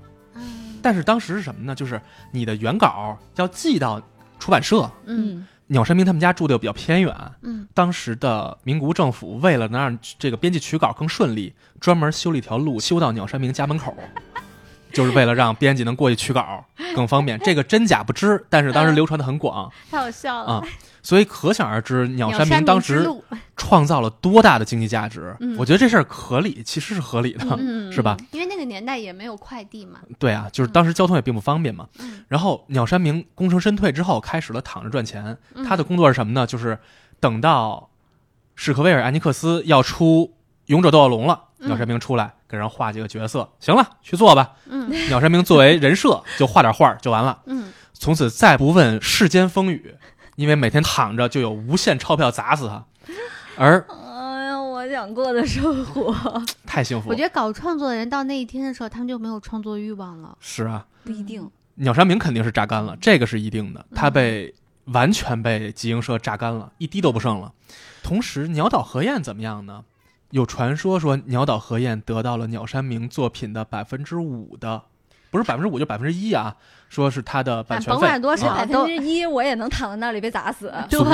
C: 但是当时是什么呢？就是你的原稿要寄到出版社，
B: 嗯
C: 鸟山明他们家住的又比较偏远。
B: 嗯，
C: 当时的名古屋政府为了能让这个编辑取稿更顺利，专门修了一条 路，修到鸟山明家门口，就是为了让编辑能过去取稿更方 便。这个真假不知，但是当时流传的很广。
B: 太好笑
C: 啊所以可想而知，鸟山明当
B: 之
C: 时
B: 路
C: 创造了多大的经济价值。
B: 嗯
C: 我觉得这事儿合理，其实是合理的。
B: 嗯
C: 是吧？
B: 因为那个年代也没有快递嘛。
C: 对啊，就是当时交通也并不方便嘛。
B: 嗯
C: 然后鸟山明功成身退之后，开始了躺着赚钱。
B: 嗯
C: 他的工作是什么呢？就是等到史克威尔·艾尼克斯要出《勇者斗恶龙》了，
B: 嗯
C: 鸟山明出来给人画几个角色，行了，去 做吧。
B: 嗯
C: 鸟山明作为人设，就画点画儿就完了。
B: 嗯
C: 从此再不问世间风雨，因为每天躺着就有无限钞票砸死他，而
B: 哦
D: 哎呀，我想过的生活
C: 太幸福
B: 我
C: 了
B: 觉。得搞创作的人到那一天的时候，他们就没有创作欲望了。
C: 是啊，
D: 不一定。
C: 鸟山明肯定是榨干了，这个是一定的，他被、完全被集英社榨干了，一滴都不剩了。同时，鸟岛和彦怎么样呢？有传说说鸟岛和彦得到了鸟山明作品的百分之五的，不是百分之五就百分之一啊，说是他的版权
B: 甭
C: 费。
B: 管多
D: 这
B: 少
D: 百
B: 都
D: 分之一我也能躺在那里被砸死。
C: 足够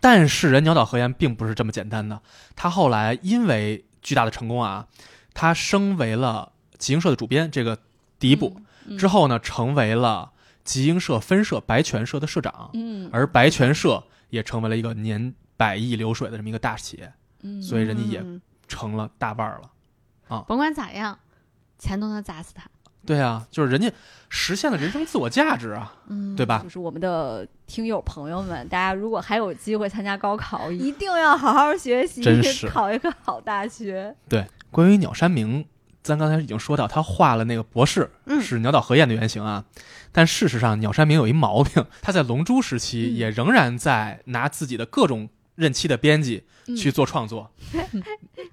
C: 但是人鸟岛和彦并不是这么简单的，他后来因为巨大的成功啊，他升为了集英社的主编，这个迪布、
D: 嗯
C: 之后呢，成为了集英社分社白泉社的社长，
D: 嗯，
C: 而白泉社也成为了一个年百亿流水的这么一个大企业，
D: 嗯
C: 所以人家也
B: 嗯
C: 成了大腕儿了。
B: 甭管咋样，钱都能砸死他。
C: 对啊，就是人家实现了人生自我价值啊，
B: 嗯，
C: 对吧？
D: 就是我们的听友朋友们，大家如果还有机会参加高考，一定要好好学习
C: 真是，
D: 考一个好大学。
C: 关于鸟山明，咱刚才已经说到，他画了那个博士
B: 嗯
C: 是鸟岛和彦的原型啊，但事实上鸟山明有一毛病，他在龙珠时期
D: 嗯
C: 也仍然在拿自己的各种任期的编辑
D: 嗯
C: 去做创 作。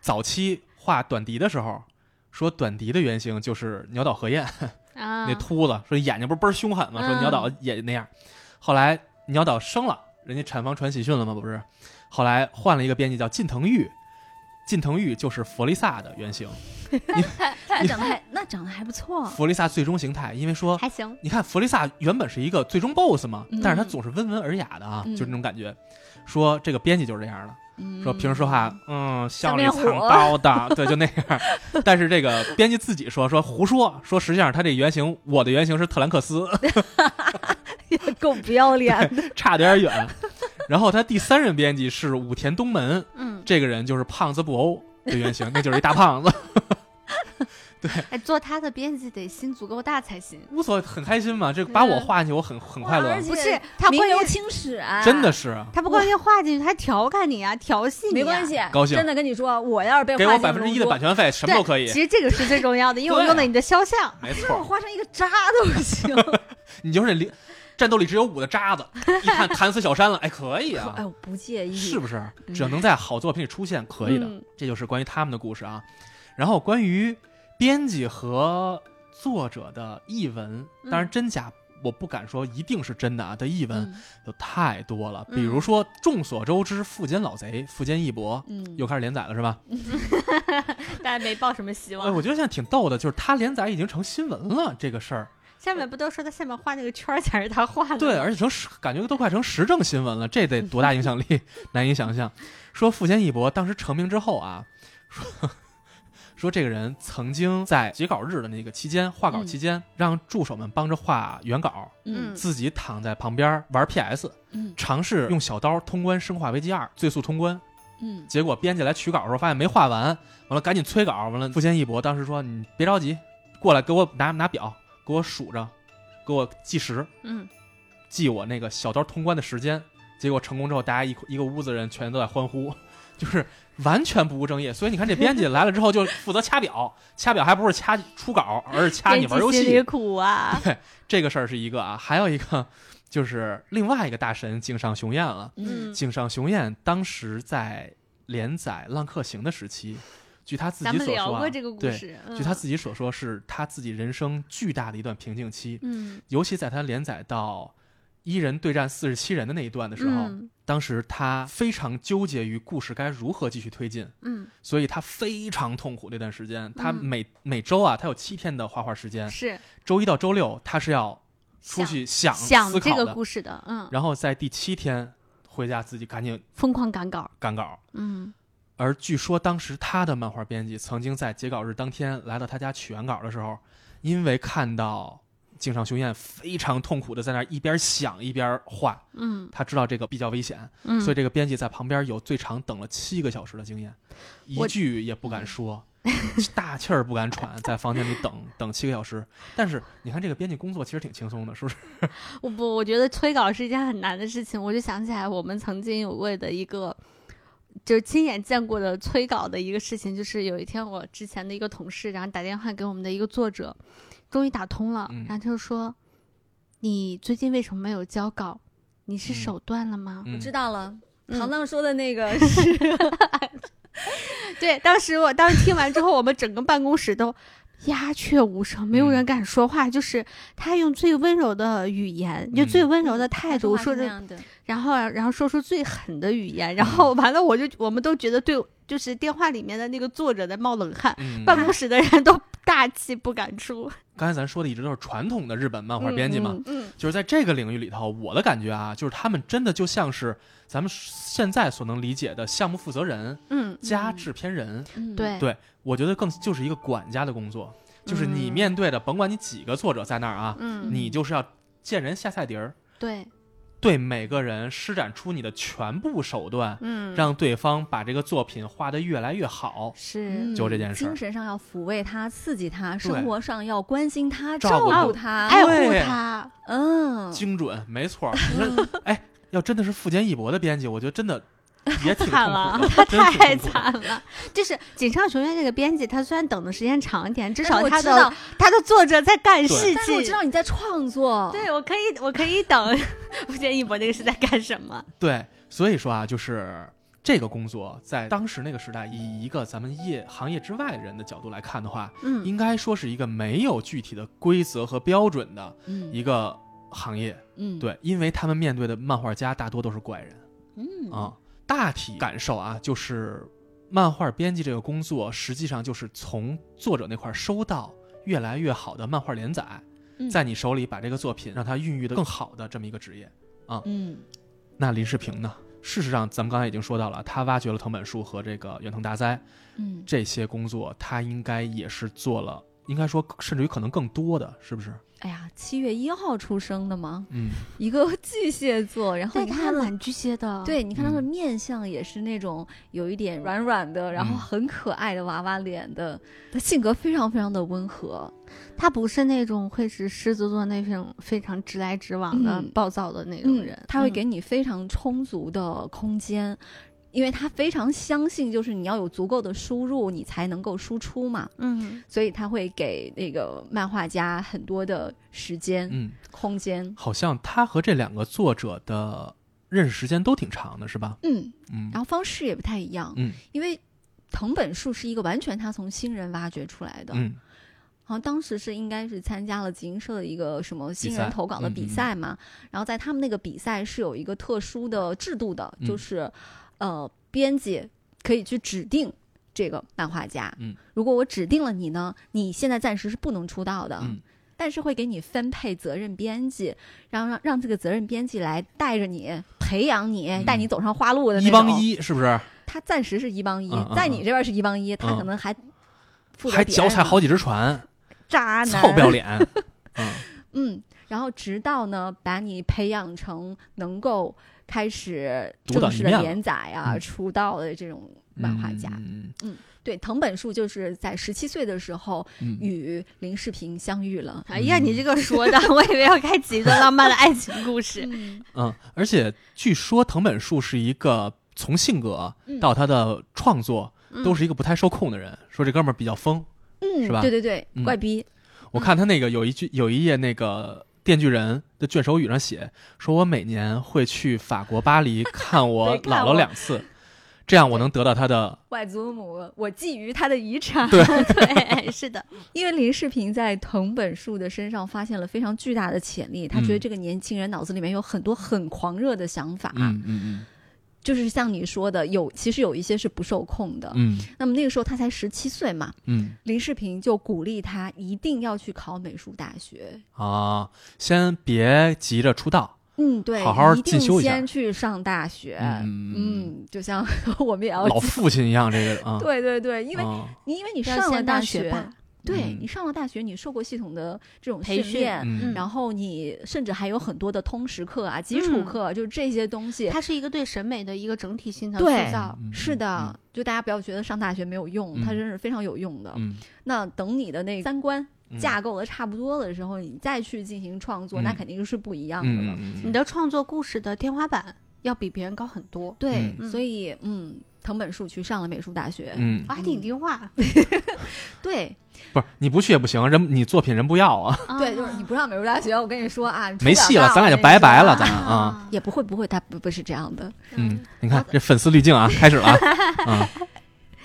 C: 早期画短笛的时候，说短笛的原型就是鸟岛和彦。
D: 嗯
B: 啊，
C: 那秃子说眼睛不是倍儿凶狠吗？说
B: 嗯
C: 鸟岛也那样。后来鸟岛生了，人家产房传喜讯了吗？不是，后来换了一个编辑叫近藤玉，近藤玉就是弗利萨的原型。
D: 哦那长得还那长得还不错，
C: 弗利萨最终形态，因为说
B: 还行。
C: 你看弗利萨原本是一个最终 BOSS 嘛，
D: 嗯
C: 但是他总是温文尔雅的啊，
D: 嗯
C: 就是那种感觉。说这个编辑就是这样的，说平时 说话，嗯，像
D: 像
C: 里
D: 面
C: 藏
D: 虎
C: 刀的，对，就那样。 但是这个编辑自己说说胡说，说实际上他这原型，我的原型是特兰克斯。
D: 嗯够不要脸的。
C: 差得有点远。然后他第三任编辑是武田东门，
B: 嗯，
C: 这个人就是胖子布欧的原型，那就是一大 胖子，
B: 哎，做他的编辑得心足够大才行。
C: 无所谓，很开心嘛。这个把我画进去，我很很快
D: 哇
C: 乐
D: 而，且
B: 不是他
D: 名
B: 关键
D: 留青史啊，
C: 真的是
B: 他不光键画进去，还调侃你啊，调戏你、
D: 没关系。，
C: 高兴
D: 真的跟你说，我要是被
C: 给
D: 画
C: 我
D: 进
C: 百分之一
D: 龙
C: 的
D: 珠
C: 版权费，什么都可以
B: 其。实这个是最重要的，因为我
C: 对
B: 用了你的肖像。
C: 没
D: 让
C: 错，
D: 我画成一个渣都行。
C: 你就是那零战斗力只有五的 渣子，一看弹死小山了，哎，可以
D: 哎，
C: 啊，
D: 我不介意，
C: 是不是？只要能在好作品里出现，可以的。
B: 嗯
C: 这就是关于他们的故事啊。然后关于编辑和作者的译文，当然
B: 嗯
C: 真假我不敢说一定是真的啊，的译文
D: 嗯
C: 有太多了。
B: 嗯
C: 比如说，众所周知，富坚老贼、富坚义博
D: 嗯，
C: 又开始连载了，是吧？
B: 大家没抱什么希
C: 哎，我觉得现在挺逗的，就是他连载已经成新闻了，这个事儿，
B: 下面不都说他下面画那个圈儿才是他 画的？
C: 对，，而且成时感觉都快成时政新闻了，这得多大影响力，难以想象。说富坚义博当时成名之后啊，说说这个人曾经在截稿日的那个期间，画稿期间，让助手们帮着画原稿，
D: 嗯
C: 自己躺在旁边玩 PS，
D: 嗯
C: 尝试用小刀通关《生化危机二》，最速通关。
D: 嗯
C: 结果编辑来取稿的时候，发现没画完，完了赶紧催稿。完了，富坚义博当时说：“你别着急，过来给我拿拿表，给我数着，给我计时。”
B: 嗯，
C: 记我那个小刀通关的时间。结果成功之后，大家一一个屋子人全都在欢呼， 就是完全不务正业。所以你看这编辑来了之后就负责掐表，掐表还不是掐出稿，而是掐你玩游
B: 编辑心里
C: 戏。
B: 苦 啊，
C: 对，这个事儿是一个啊，还有一个就是另外一个大神井上雄彦了。
B: 嗯，
C: 井上雄彦当时在连载《浪客行》的时期，据他自
B: 咱
C: 己
B: 们
C: 所
B: 聊
C: 说、啊
B: 过，这个故
C: 对
B: 事，嗯
C: 据他自己所说，是他自己人生巨大的一段瓶颈期，
B: 嗯
C: 尤其在他连载到一人对战四十七人的那一段的时候，
B: 嗯
C: 当时他非常纠结于故事该如何继续推进，
B: 嗯
C: 所以他非常痛苦那段时间。他
B: 嗯
C: 每、每周啊，他有七天的画画时间，
B: 是
C: 周一到周六他是要嗯出去想
B: 想
C: 思
B: 这
C: 考
B: 个
C: 的，
B: 故事的，嗯，
C: 然后在第七天回家自己赶紧
B: 疯狂赶稿，
C: 赶稿。
B: 嗯
C: 而据说当时他的漫画编辑曾经在截稿日当天来到他家取原稿的时候，因为看到井上雄彦非常痛苦的在那儿一边想一边画，
B: 嗯
C: 他知道这个比较危险，
B: 嗯，
C: 所以这个编辑在旁边有最长等了七个小时的经验，一
B: 我
C: 句也不敢说，大气儿不敢喘，在房间里等等七个小时。但是你看这个编辑工作其实挺轻松的，是不是？
B: 我不，我觉得催稿是一件很难的事情。我就想起来，我们曾经有过的一个，就是亲眼见过的催稿的一个事情，就是有一天我之前的一个同事，然后打电话给我们的一个作者，终于打通了，
C: 嗯
B: 然后他就说：“你最近为什么没有交稿？你是
C: 嗯
B: 手断了吗？”
C: 嗯
D: 知道了。
B: 嗯
D: 糖糖说的那个是，
B: 对，当时我当时听完之后，我们整个办公室都鸦雀无声，没
C: 嗯
B: 有人敢说话。就是他用最温柔的语言，就
C: 嗯
B: 最温柔的态 度
D: 他
B: 说
D: 是那
B: 着
D: 样的，
B: 然后然后说出最狠的语言，
C: 嗯
B: 然后完了我就我们都觉得对，就是电话里面的那个作者在冒冷汗，
C: 嗯，
B: 办公室的人都大气不敢出。
C: 刚才咱说的一直都是传统的日本漫画编辑嘛，
B: 嗯，
D: 嗯，
C: 就是在这个领域里头，我的感觉啊，就是他们真的就像是咱们现在所能理解的项目负责人
B: 嗯，
C: 加制片人，
D: 嗯，
B: 对，
C: 对我觉得更就是一个管家的工作，就是你
B: 嗯
C: 面对的，甭管你几个作者在那儿啊，
B: 嗯，
C: 你就是要见人下菜碟儿，
B: 对，
C: 对每个人施展出你的全部手段，
B: 嗯，
C: 让对方把这个作品画得越来越好。
B: 是。
C: 就这件事儿
D: 嗯精神上要抚慰他、刺激他，
C: 对
D: 生活上要关心他、
C: 照
D: 照
C: 顾
D: 顾
B: 他
D: 他，
B: 爱护
C: 对
B: 他，
D: 嗯，
C: 精准，没 错儿。你说，哎，要真的是富坚义博的编辑，我觉得真的也挺痛苦
B: 惨了
C: 的，真挺
B: 太
C: 痛苦的
B: 惨了。就是井上雄彦这个编辑，他虽然等的时间长一点，至
D: 但
B: 少
D: 是我
B: 他
D: 知道
B: 的他的作者在干事
D: 但是我知
B: 情。
D: 道你在创作，
B: 对，我可以，我可以等。 吴建一博那个是在干什么？
C: 对，所以说啊，就是这个工作在当时那个时代，以一个咱们业行业之外人的角度来看的话，
B: 嗯
C: 应该说是一个没有具体的规则和标准的
D: 嗯
C: 一个行业。
D: 嗯，
C: 对，因为他们面对的漫画家大多都是怪人
D: 嗯
C: 啊、大体感受啊，就是漫画编辑这个工作，实际上就是从作者那块儿收到越来越好的漫画连载
D: 嗯，
C: 在你手里把这个作品让它孕育的更好的这么一个职业。
D: 嗯
C: 那林世平呢？事实上，咱们刚才已经说到了，他挖掘了藤本树和这个远藤大哉
D: 嗯，
C: 这些工作，他应该也是做了，应该说甚至于可能更多的，是不是？
D: 哎呀，七月一号出生 的嘛，
C: 嗯，
D: 一个巨蟹座，然后
B: 但
D: 你
B: 他
D: 看他的。
B: 蛮巨蟹的，，
D: 对，你看他的
C: 嗯
D: 面相也是那种有一点软软的，然后
C: 嗯
D: 很可爱的娃娃脸的，他性格非常非常的温和，
B: 他不是那种会是狮子座那种非常直来直往的、
D: 嗯
B: 暴躁的那种
D: 嗯
B: 人，
D: 他会给你非常充足的空间，因为他非常相信，就是你要有足够的输入，你才能够输出嘛，
B: 嗯
D: 所以他会给那个漫画家很多的时间、
C: 嗯，
D: 空间。
C: 好像他和这两个作者的认识时间都挺长的，是吧？
D: 嗯，
C: 嗯
D: 然后方式也不太一样，
C: 嗯
D: 因为藤本树是一个完全他从新人挖掘出来的，
C: 嗯
D: 好像当时是应该是参加了集英社的一个什么新
C: 比赛嗯
D: 人投稿的比赛嘛，然后在他们那个比赛是有一个特殊的制度的，
C: 嗯
D: 就是呃，编辑可以去指定。这个漫画家，
C: 嗯，
D: 如果我指定了你呢，你现在暂时是不能出道的，
C: 嗯
D: 但是会给你分配责任编辑，然后让让这个责任编辑来带着你、培养你、
C: 嗯
D: 带你走上花路
C: 嗯，
D: 的那
C: 一
D: 种。
C: 帮一是不是？
D: 他暂时是一帮一，
C: 嗯嗯
D: 在你这边是一帮一，他
C: 嗯
D: 可能还负责
C: 还
D: 别
C: 脚
D: 人
C: 踩
D: 呢
C: 好几只船，
D: 渣男，
C: 臭不 要脸。嗯
D: 嗯，然后直到呢，把你培养成能够开始
C: 独当
D: 正
C: 一
D: 式
C: 面
D: 的
C: 了
D: 连载啊、
C: 嗯
D: 出道的这种漫画家。
C: 嗯
D: 对，藤本树就是在十七岁的时候
C: 嗯嗯
D: 与林世平相遇了。
B: 哎呀，你这个说的，我以为要开启一段浪漫的爱情故事。
D: 嗯，
C: 嗯，而且据说藤本树是一个从性格
D: 嗯
C: 到他的创作，都是一个不太受控的人。说这哥们儿比较疯，
D: 嗯，
C: 是吧
D: 对对对，
C: 嗯
D: 怪逼，
C: 我看他那个有一句有一页那个《电锯人》的卷首语上写，说我每年会去法国巴 黎看我
D: 对看
C: 姥
D: 我
C: 姥两次，这样我能得到他的
D: 外祖母，我觊觎他的遗产。
C: 对
B: 对，是的，
D: 因为林世平在藤本树的身上发现了非常巨大的潜力，他觉得
C: 嗯
D: 这个年轻人脑子里面有很多很狂热的想法，
C: 嗯嗯
D: 就是像你说的，有其实有一些是不受控的。
C: 嗯
D: 那么那个时候他才十七岁嘛，
C: 嗯
D: 林世平就鼓励他一定要去考美术大学。
C: 嗯啊，先别急着出道，
D: 嗯，对，
C: 好好
D: 一定
C: 进修一下
D: 先去上大学。
C: 嗯嗯嗯
D: 嗯，就像 我们也要
C: 老父亲一样，这个啊，
D: 对对对，因为
C: 啊
D: 你因为你
B: 要
D: 上了
B: 先
D: 大
B: 当学
D: 学
B: 霸，
D: 对
C: 嗯
D: 你上了大学，你受过系统的这种
B: 培
D: 训
B: 训
D: 练，
C: 嗯
D: 然后你甚至还有很多的通识课啊、基础
B: 嗯
D: 课，就是这些东西。
B: 它是一个对审美的一个整体性的塑
D: 对
B: 造。
C: 嗯
D: 是的，就大家不要觉得上大学没有用，它
C: 嗯
D: 真是非常有用的。
C: 嗯
D: 那等你的那三观
C: 嗯
D: 架构的差不多的时候，你再去进行创作，
C: 嗯
D: 那肯定是不一样的
C: 嗯
D: 了。
C: 嗯
B: 你的创作故事的天花板要比别人高很多，
D: 对，
B: 嗯
D: 所以嗯，藤本树去上了美术大学，
C: 嗯，
B: 啊还挺听 话。
D: 对
C: 不是你不去也不行，人你作品人不要啊，
D: 对，就是你不上美术大学，我跟你说啊，
C: 没戏了，咱俩就拜拜了，咱俩啊，
D: 也不会不会，他不不是这样的。
C: 嗯，你看这粉丝滤镜啊，开始了啊，啊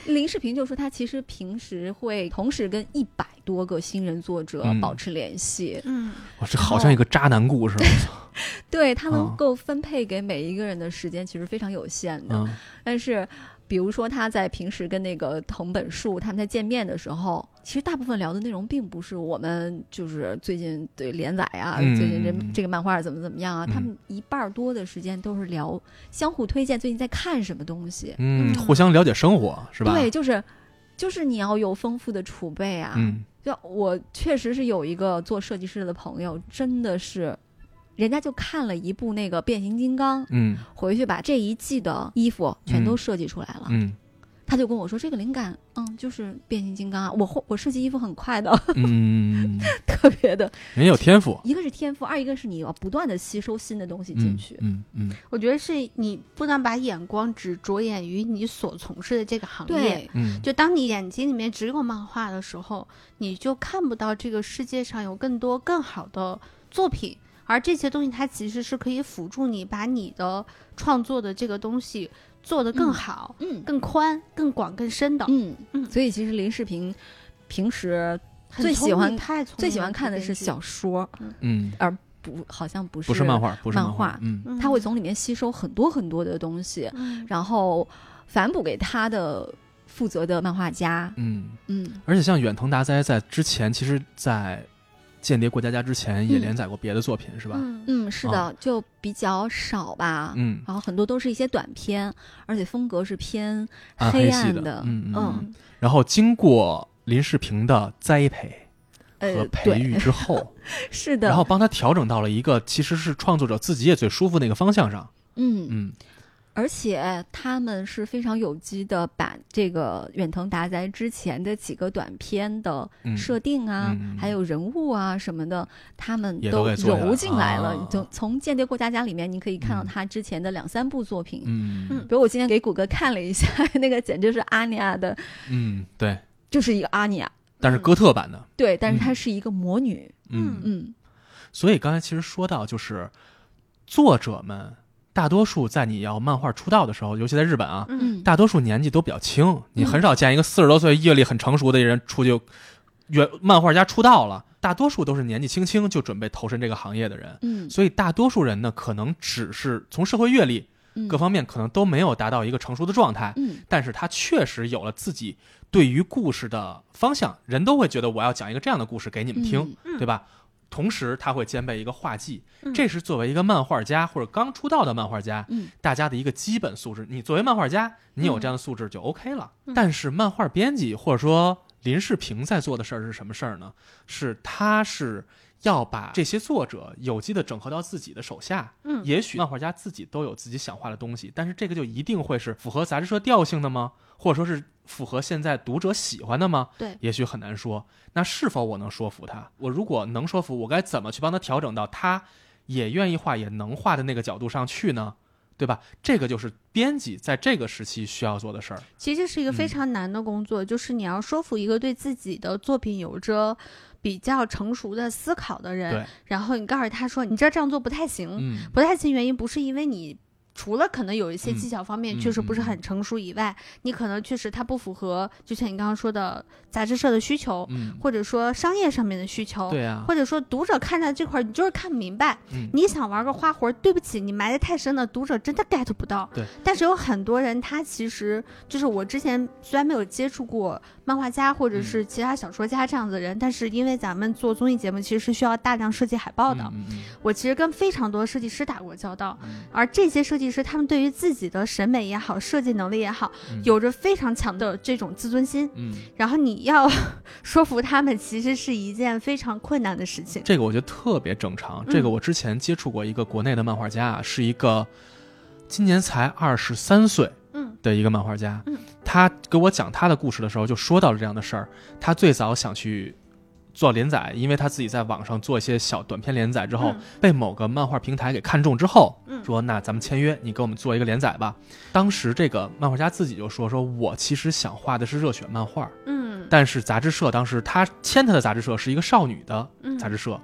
D: 林世平就说他其实平时会同时跟一百多个新人作者
C: 嗯
D: 保持联系，
B: 嗯，
C: 我这好像一个渣男故事，
D: 对他
C: 哦
D: 能够分配给每一个人的时间其实非常有限的。
C: 嗯
D: 但是，比如说他在平时跟那个藤本树他们在见面的时候，其实大部分聊的内容并不是我们就是最近对连载啊，
C: 嗯
D: 最近
C: 嗯嗯
D: 这这个漫画怎么怎么样啊，
C: 嗯
D: 他们一半儿多的时间都是聊相互推荐最近在看什么东西，
C: 嗯，互相了解生活是吧？
D: 对，就是就是你要有丰富的储备啊。
C: 嗯
D: 就我确实是有一个做设计师的朋友，真的是，人家就看了一部那个变形金刚，
C: 嗯
D: 回去把这一季的衣服全都设计出来了。
C: 嗯
D: 他就跟我说，这个灵感，嗯，就是变形金刚啊。我后我设计衣服很快的，
C: 嗯，
D: 特别的，
C: 人有天赋，
D: 一个是天赋，二一个是你要不断的吸收新的东西进
C: 嗯
D: 去。
C: 嗯嗯
B: 我觉得是你不能把眼光只着眼于你所从事的这个行业。
D: 对，
C: 嗯，
B: 就当你眼睛里面只有漫画的时候，你就看不到这个世界上有更多更好的作品，而这些东西它其实是可以辅助你把你的创作的这个东西做得更
D: 嗯
B: 好、
D: 嗯
B: 更宽、更广、更深的。
D: 嗯
B: 嗯
D: 所以其实林世平平时
B: 很
D: 最
B: 聪
D: 喜欢
B: 明太聪
D: 最
B: 明
D: 喜
B: 了
D: 欢
B: 这
D: 看的
B: 编
D: 是
B: 剧
D: 小说，
C: 嗯，
D: 不好像不是
C: 不是漫，画，不是画，嗯
B: 嗯
D: 他会从里面吸收很多很多的东西，
B: 嗯
D: 然后反哺给他的负责的漫画家。
C: 嗯，
D: 嗯
C: 而且像远藤达哉在之前，其实，在《间谍过家家》之前也连载过别的作品，是吧？
B: 嗯
D: 嗯，是的，
C: 哦
D: 就比较少吧。
C: 嗯
D: 然后很多都是一些短片，而且风格是偏
C: 暗啊黑系
D: 暗
C: 的
D: 的。
C: 嗯嗯
D: 嗯，
C: 然后经过林世平的栽培和
D: 呃，
C: 培
D: 对，
C: 育之后，
D: 是的。
C: 然后帮他调整到了一个其实是创作者自己也最舒服的一个方向上。
D: 嗯，
C: 嗯
D: 而且他们是非常有机的，把这个远藤达哉之前的几个短片的
C: 嗯，
D: 设定啊，
C: 嗯嗯
D: 还有人物啊什么的，他们
C: 也都
D: 都
C: 给做下来
D: 揉进来
C: 啊
D: 了。你从从《间谍过家家》里面，你可以看到他之前的两三部作品。
C: 嗯嗯
D: 比如我今天给谷歌看了一下， 那个简直是阿尼亚的，
C: 嗯，对，
D: 就是一个阿尼亚，
C: 但是哥特版的，
D: 对，但是她
C: 嗯
D: 是一个魔女，
C: 嗯
D: 嗯，
C: 所以刚才其实说到，就是作者们大多数在你要漫画出道的时候，尤其在日本啊，
B: 嗯
C: 大多数年纪都比较轻，你很少见一个四十多岁、阅历很成熟的人出去原漫画家出道了。大多数都是年纪轻轻就准备投身这个行业的人，
D: 嗯
C: 所以大多数人呢，可能只是从社会阅历
D: 嗯
C: 各方面可能都没有达到一个成熟的状态，
D: 嗯
C: 但是他确实有了自己对于故事的方向，人都会觉得我要讲一个这样的故事给你们听。
D: 嗯
C: 对吧？同时，他会兼备一个画技，
B: 嗯
C: 这是作为一个漫画家或者刚出道的漫画家，
D: 嗯
C: 大家的一个基本素质。你作为漫画家，你有这样的素质就 OK 了。
B: 嗯
C: 但是，漫画编辑或者说林世平在做的事儿是什么事儿呢？是他是要把这些作者有机的整合到自己的手下。
B: 嗯
C: 也许漫画家自己都有自己想画的东西，但是这个就一定会是符合杂志社调性的吗？或者说是符合现在读者喜欢的吗？
B: 对
C: 也许很难说。那是否我能说服他？我如果能说服，我该怎么去帮他调整到他也愿意画、也能画的那个角度上去呢？对吧？这个就是编辑在这个时期需要做的事儿。
B: 其实这是一个非
C: 嗯
B: 常难的工作，就是你要说服一个对自己的作品有着比较成熟的思考的人
C: 对，
B: 然后你告诉他说，你这儿这样做不太行，
C: 嗯，
B: 不太行，原因不是因为你。除了可能有一些
C: 嗯
B: 技巧方面
C: 嗯
B: 确实不是
C: 嗯
B: 很成熟以外，你可能确实它不符合，就像你刚刚说的杂志社的需求，
C: 嗯，
B: 或者说商业上面的需求，
C: 对啊呀、
B: 或者说读者看到这块儿你就是看不明白，
C: 嗯，
B: 你想玩个花活，对不起，你埋得太深了，读者真的 get 不到。
C: 对，
B: 但是有很多人，他其实就是我之前虽然没有接触过漫画家或者
C: 嗯
B: 是其他小说家这样的人，但是因为咱们做综艺节目，其实是需要大量设计海报的。
C: 嗯嗯
B: 我其实跟非常多设计师打过交道，
C: 嗯
B: 而这些设计师他们对于自己的审美也好，设计能力也好，
C: 嗯
B: 有着非常强的这种自尊心。
C: 嗯，
B: 然后你要 说服他们，其实是一件非常困难的事情。
C: 这个我觉得特别正常。
B: 嗯
C: 这个我之前接触过一个国内的漫画家，啊，是一个今年才二十三岁
B: 嗯
C: 的一个漫画家。
B: 嗯
C: 他给我讲他的故事的时候，就说到了这样的事儿。他最早想去做连载，因为他自己在网上做一些小短篇连载之后，
B: 嗯
C: 被某个漫画平台给看中之后，
B: 嗯
C: 说那咱们签约，你给我们做一个连载吧。当时这个漫画家自己就说，说我其实想画的是热血漫画，
B: 嗯
C: 但是杂志社当时他签他的杂志社是一个少女的
B: 嗯，
C: 杂志社，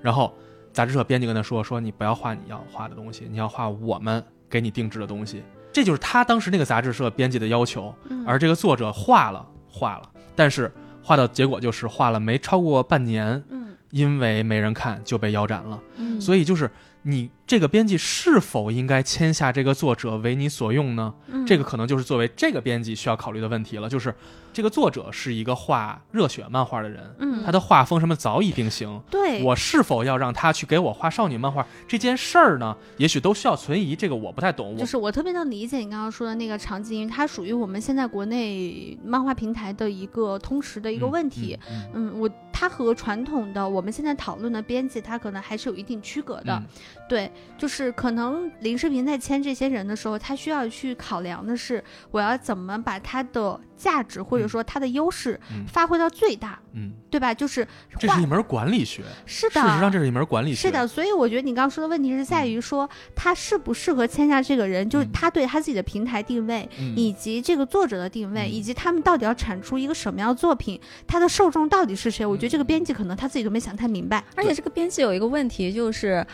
C: 然后杂志社编辑跟他说说你不要画你要画的东西，你要画我们给你定制的东西。这就是他当时那个杂志社编辑的要求，
B: 嗯
C: 而这个作者画了画了，但是画到结果就是画了没超过半年，
B: 嗯
C: 因为没人看就被腰斩了。
B: 嗯，
C: 所以就是你这个编辑是否应该签下这个作者为你所用呢？
B: 嗯
C: 这个可能就是作为这个编辑需要考虑的问题了，就是这个作者是一个画热血漫画的人，
B: 嗯，
C: 他的画风什么早已定型。
B: 对，
C: 我是否要让他去给我画少女漫画这件事儿呢？也许都需要存疑，这个我不太懂。我
B: 就是我特别能理解你刚刚说的那个场景，因为它属于我们现在国内漫画平台的一个通识的一个问题。，
C: 嗯嗯
B: 嗯我它和传统的我们现在讨论的编辑，它可能还是有一定区隔 的。
C: 嗯
B: 对，就是可能林世平在签这些人的时候，他需要去考量的是，我要怎么把它的价值或者
C: 嗯
B: 说它的优势
C: 嗯
B: 发挥到最大，
C: 嗯，
B: 对吧？就是
C: 这
B: 画
C: 是一门管理学，
B: 是
C: 事
B: 的，
C: 实上这是一门管理学。
B: 是的，，所以我觉得你刚刚说的问题是在于说他适不适合签下这个人，就是
C: 嗯
B: 他对他自己的平台定位，
C: 嗯
B: 以及这个作者的定位，
C: 嗯
B: 以及他们到底要产出一个什么样的作品，他的受众到底是谁？我觉得这
C: 嗯
B: 个编辑可能他自己都没想太明白。
D: 而且这个编辑有一个问题，就是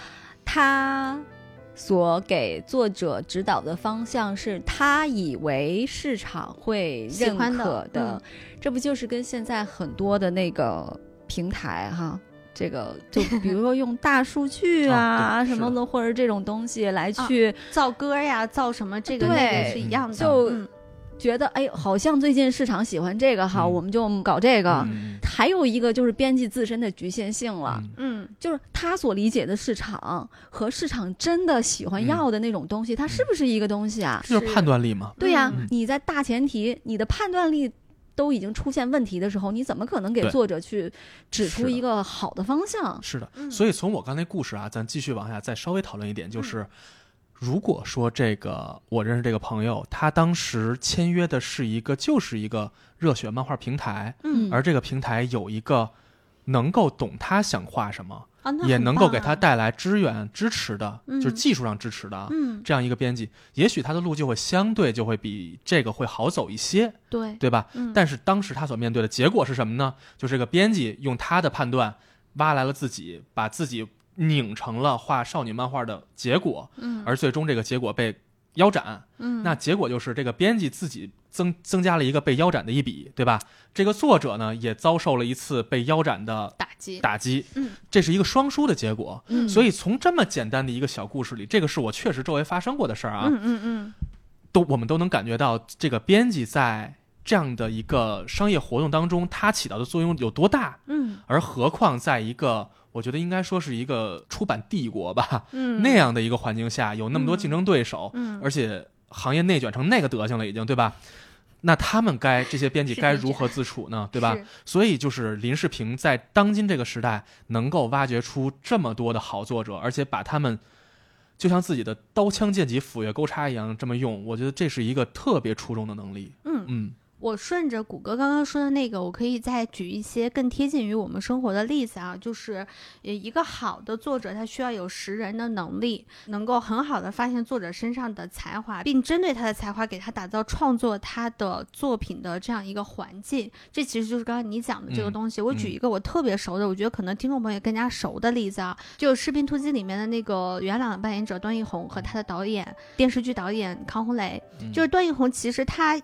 D: 他所给作者指导的方向是他以为市场会认
B: 喜欢
D: 可
B: 的嗯
D: 这不就是跟现在很多的那个平台哈？这个就比如说用大数据
C: 啊
D: 啊
C: 对是
D: 什
C: 的
D: 么的，或者这种东西来
B: 啊
D: 去
B: 造歌呀，造什么这个那个
D: 对
B: 是一样的。
D: 就
B: 嗯
D: 觉得，哎，好像最近市场喜欢这个哈，
C: 嗯
D: 我们就搞这个。
C: 嗯
D: 还有一个就是编辑自身的局限性了，
C: 嗯
B: 嗯
D: 就是他所理解的市场和市场真的喜欢
C: 嗯
D: 要的那种东西，它是不是一个东西啊？
C: 这就是
B: 是
C: 判断力嘛。
D: 对呀、
C: 嗯
D: 你在大前提，你的判断力都已经出现问题的时候，你怎么可能给
C: 对
D: 作者去指
C: 是
D: 出
C: 的
D: 一个好的方向？
C: 是的，
B: 嗯
C: 所以从我刚才故事啊，咱继续往下再稍微讨论一点，就是
B: 嗯
C: 如果说这个我认识这个朋友，他当时签约的是一个就是一个热血漫画平台，
B: 嗯
C: 而这个平台有一个能够懂他想画什么，
B: 啊，那
C: 也
B: 很
C: 能够
B: 棒
C: 给
B: 啊
C: 他带来支援支持的，
B: 嗯
C: 就是技术上支持的啊。
B: 嗯，
C: 这样一个编辑，也许他的路就会相对就会比这个会好走一些，
B: 对，
C: 对吧？
B: 嗯，
C: 但是当时他所面对的结果是什么呢？就是这个编辑用他的判断挖来了自己，把自己拧成了画少女漫画的结果，
B: 嗯
C: 而最终这个结果被腰斩。
B: 嗯
C: 那结果就是这个编辑自己增增加了一个被腰斩的一笔，对吧？这个作者呢也遭受了一次被腰斩的
B: 打击，
C: 打击，
B: 嗯，
C: 这是一个双输的结果。
B: 嗯
C: 所以从这么简单的一个小故事里，这个是我确实周围发生过的事儿啊，
B: 嗯嗯嗯，
C: 都我们都能感觉到这个编辑在这样的一个商业活动当中，它起到的作用有多大，
B: 嗯
C: 而何况在一个我觉得应该说是一个出版帝国吧、
B: 嗯
C: 那样的一个环境下，有那么多竞争对手，
B: 嗯
C: 而且行业内卷成那个德行了，已经对吧？那他们该这些编辑
B: 是
C: 该
B: 内
C: 如
B: 卷
C: 何自处呢？对吧？
B: 是
C: 所以就是林世平在当今这个时代能够挖掘出这么多的好作者，而且把他们就像自己的刀枪剑戟斧钺钩叉一样这么用，我觉得这是一个特别出众的能力。
B: 嗯
C: 嗯
B: 我顺着谷歌刚刚说的那个，我可以再举一些更贴近于我们生活的例子啊，就是呃一个好的作者，他需要有识人的能力，能够很好的发现作者身上的才华，并针对他的才华给他打造创作他的作品的这样一个环境。这其实就是刚刚你讲的这个
C: 嗯
B: 东西。我举
C: 嗯
B: 一个我特别熟的，我觉得可能听众朋友也更加熟的例子啊，就《士兵突击》里面的那个元朗的扮演者段奕宏和他的导演电视剧导演康洪磊，
C: 嗯
B: 就是段奕宏，其实他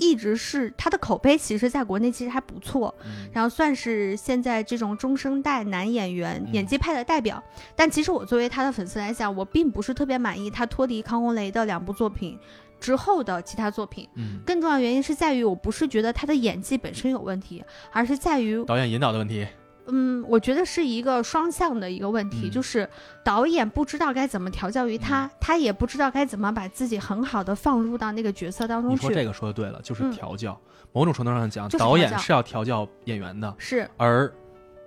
B: 一直是他的口碑，其实在国内其实还不错，
C: 嗯
B: 然后算是现在这种中生代男演员、
C: 嗯
B: 演技派的代表。但其实我作为他的粉丝来讲，我并不是特别满意他脱离康洪雷的两部作品之后的其他作品。
C: 嗯，
B: 更重要的原因是在于，我不是觉得他的演技本身有问题，而是在于
C: 导演引导的问题，
B: 嗯，我觉得是一个双向的一个问题，
C: 嗯
B: 就是导演不知道该怎么调教于他，他也不知道该怎么把自己很好的放入到那个角色当中
C: 你
B: 去。
C: 说这个说的对了，就是
B: 嗯
C: 调教。某种程度上讲，
B: 就是
C: 导演
B: 调教
C: 是要调教演员的，
B: 是
C: 而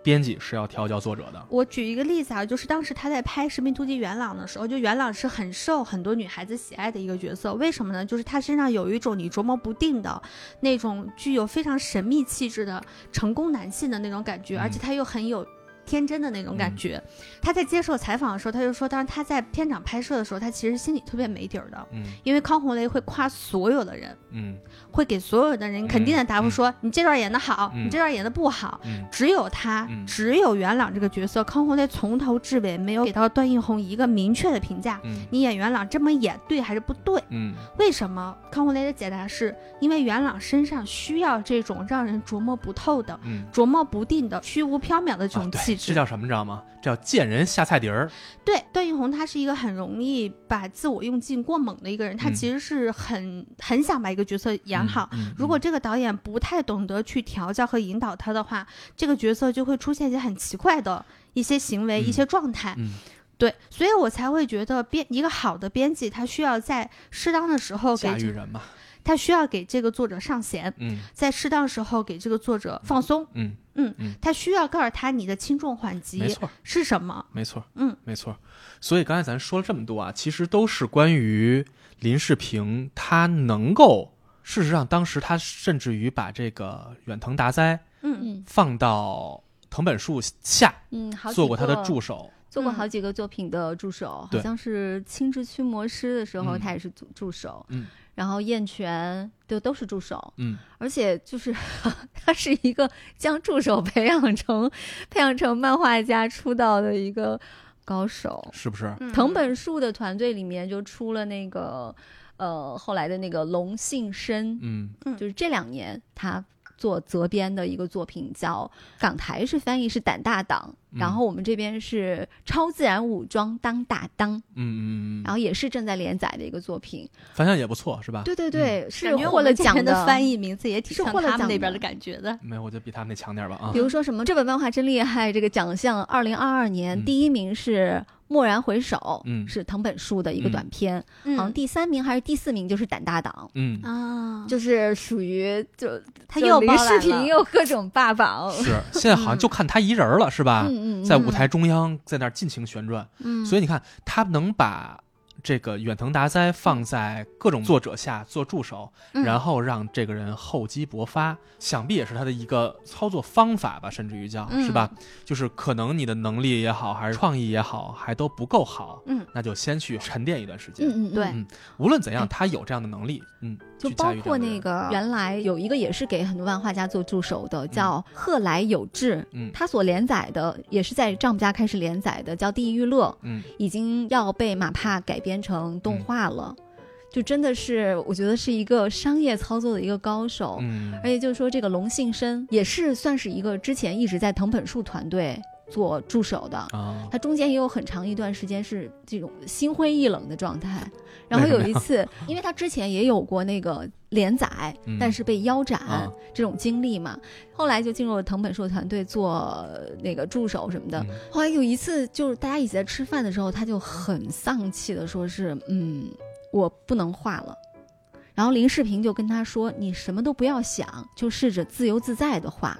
C: 编辑是要调教作者的。
B: 我举一个例子啊，就是当时他在拍《士兵突击元朗》的时候，就元朗是很受很多女孩子喜爱的一个角色，为什么呢？就是他身上有一种你琢磨不定的那种具有非常神秘气质的成功男性的那种感觉，
C: 嗯
B: 而且他又很有。天真的那种感觉，他在接受采访的时候，他就说，当时他在片场拍摄的时候，他其实心里特别没底儿的，
C: 嗯
B: 因为康洪雷会夸所有的人，
C: 嗯
B: 会给所有的人肯定的答复说，你这段演的好，
C: 嗯
B: 你这段演的不好，
C: 嗯，
B: 只有他，
C: 嗯
B: 只有元朗这个角色，康洪雷从头至尾没有给到段奕宏一个明确的评价。
C: 嗯
B: 你演元朗这么演对还是不对？
C: 嗯
B: 为什么？康洪雷的解答是因为元朗身上需要这种让人琢磨不透的、
C: 嗯，
B: 琢磨不定的、虚无缥缈的这
C: 啊
B: 种
C: 对
B: 气
C: 这
B: 质。
C: 叫什么？你知道吗？这叫见人下菜碟儿。
B: 对段奕宏，他是一个很容易把自我用尽过猛的一个人，他
C: 嗯
B: 其实是很很想把一个角色演好，
C: 嗯。嗯
B: 如果这个导演不太懂得去调教和引导他的话，这个角色就会出现一些很奇怪的一些行为、
C: 嗯
B: 一些状态。
C: 嗯
B: 对，所以我才会觉得编一个好的编辑，他需要在适当的时候给
C: 驾驭
B: 这
C: 人嘛，
B: 他需要给这个作者上弦，
C: 嗯
B: 在适当时候给这个作者放松，
C: 嗯，
B: 他需要告诉他你的轻重缓
C: 没
B: 急
C: 错。
B: 是什么。
C: 没错，
B: 嗯，
C: 没错。所以刚才咱说了这么多啊，其实都是关于林世平他能够，事实上当时他甚至于把这个远藤达哉
B: 嗯，
D: 嗯
C: 放到藤本树下
D: 嗯，好几
C: 做过他的
D: 个
C: 助手，
D: 做过
B: 嗯
D: 好几个作品的助手，
C: 对
D: 好像是《青之驱魔师》的时候，
C: 嗯
D: 他也是助助手，
C: 嗯
D: 然后《燕泉》就都是助手，
C: 嗯
D: 而且就是 他是一个将助手培养成培养成漫画家出道的一个高手。
C: 是不是？
B: 嗯
D: 藤本树的团队里面就出了那个呃后来的那个龙信深，
C: 嗯
D: 就是这两年他做责编的一个作品，叫港台是翻译是胆大党，
C: 嗯
D: 然后我们这边是超自然武装当大当，
C: 嗯嗯嗯嗯，
D: 然后也是正在连载的一个作品。
C: 反响也不错，是吧？
D: 对对对，
B: 嗯
D: 是
B: 感觉我
D: 获了
B: 们这
D: 奖
B: 边的翻
D: 译。
B: 译名字也挺
D: 是
B: 像
D: 获了
B: 他们
D: 奖
B: 那边
D: 的
B: 的感觉的。
C: 没有，我就比他们那强点儿吧啊
D: 比。如说什么这本漫画真厉害这个奖项，二零二二年
C: 嗯
D: 第一名是《蓦然回首》，
C: 嗯
D: 是藤本树的一个
C: 嗯
D: 短片，好像
B: 嗯
D: 第三名还是第四名就是《胆大党》。
C: 嗯，
B: 啊，
D: 就是属于就
B: 他
D: 就
B: 又
D: 林
B: 包
D: 世
B: 揽
D: 平
B: 了
D: 又各种霸榜，
C: 是。现在好像就看他一人儿了，是吧？
D: 嗯嗯嗯，
C: 啊在
D: 嗯
C: 舞台中央，在那儿尽情旋转。
B: 嗯，
C: 所以你看，他能把这个远藤达哉放在各种作者下做助手，
B: 嗯
C: 然后让这个人厚积薄发，想必也是他的一个操作方法吧，甚至于叫、
B: 嗯
C: 是吧？就是可能你的能力也好，还是创意也好，还都不够好，
B: 嗯，
C: 那就先去沉淀一段时间。
D: 嗯嗯
B: 对
D: 嗯
C: 无论怎样，他有这样的能力，嗯，
D: 就
C: 去驾
D: 包
C: 驭这
D: 括
C: 样的人
D: 那，个原来有一个也是给很多漫画家做助手的，叫贺来有志。
C: 嗯
D: 他所连载的也是在丈夫家开始连载的，叫《地狱乐
C: 嗯》，
D: 已经要被马帕改编成动
C: 嗯
D: 画了，就真的是我觉得是一个商业操作的一个高手。而
C: 嗯，
D: 且就是说，这个龙信深也是算是一个之前一直在藤本树团队做助手的，
C: 啊，
D: 他中间也有很长一段时间是这种心灰意冷的状态。然后
C: 为什
D: 有
C: 么呀
D: 一 次，因为他之前也有过那个连载，
C: 嗯
D: 但是被腰斩、
C: 啊
D: 这种经历嘛，后来就进入了藤本树团队做呃那个助手什么的。
C: 嗯
D: 后来有一次，就是大家一起在吃饭的时候，他就很丧气的说是：“嗯，我不能画了。”然后林世平就跟他说：“你什么都不要想，就试着自由自在的画。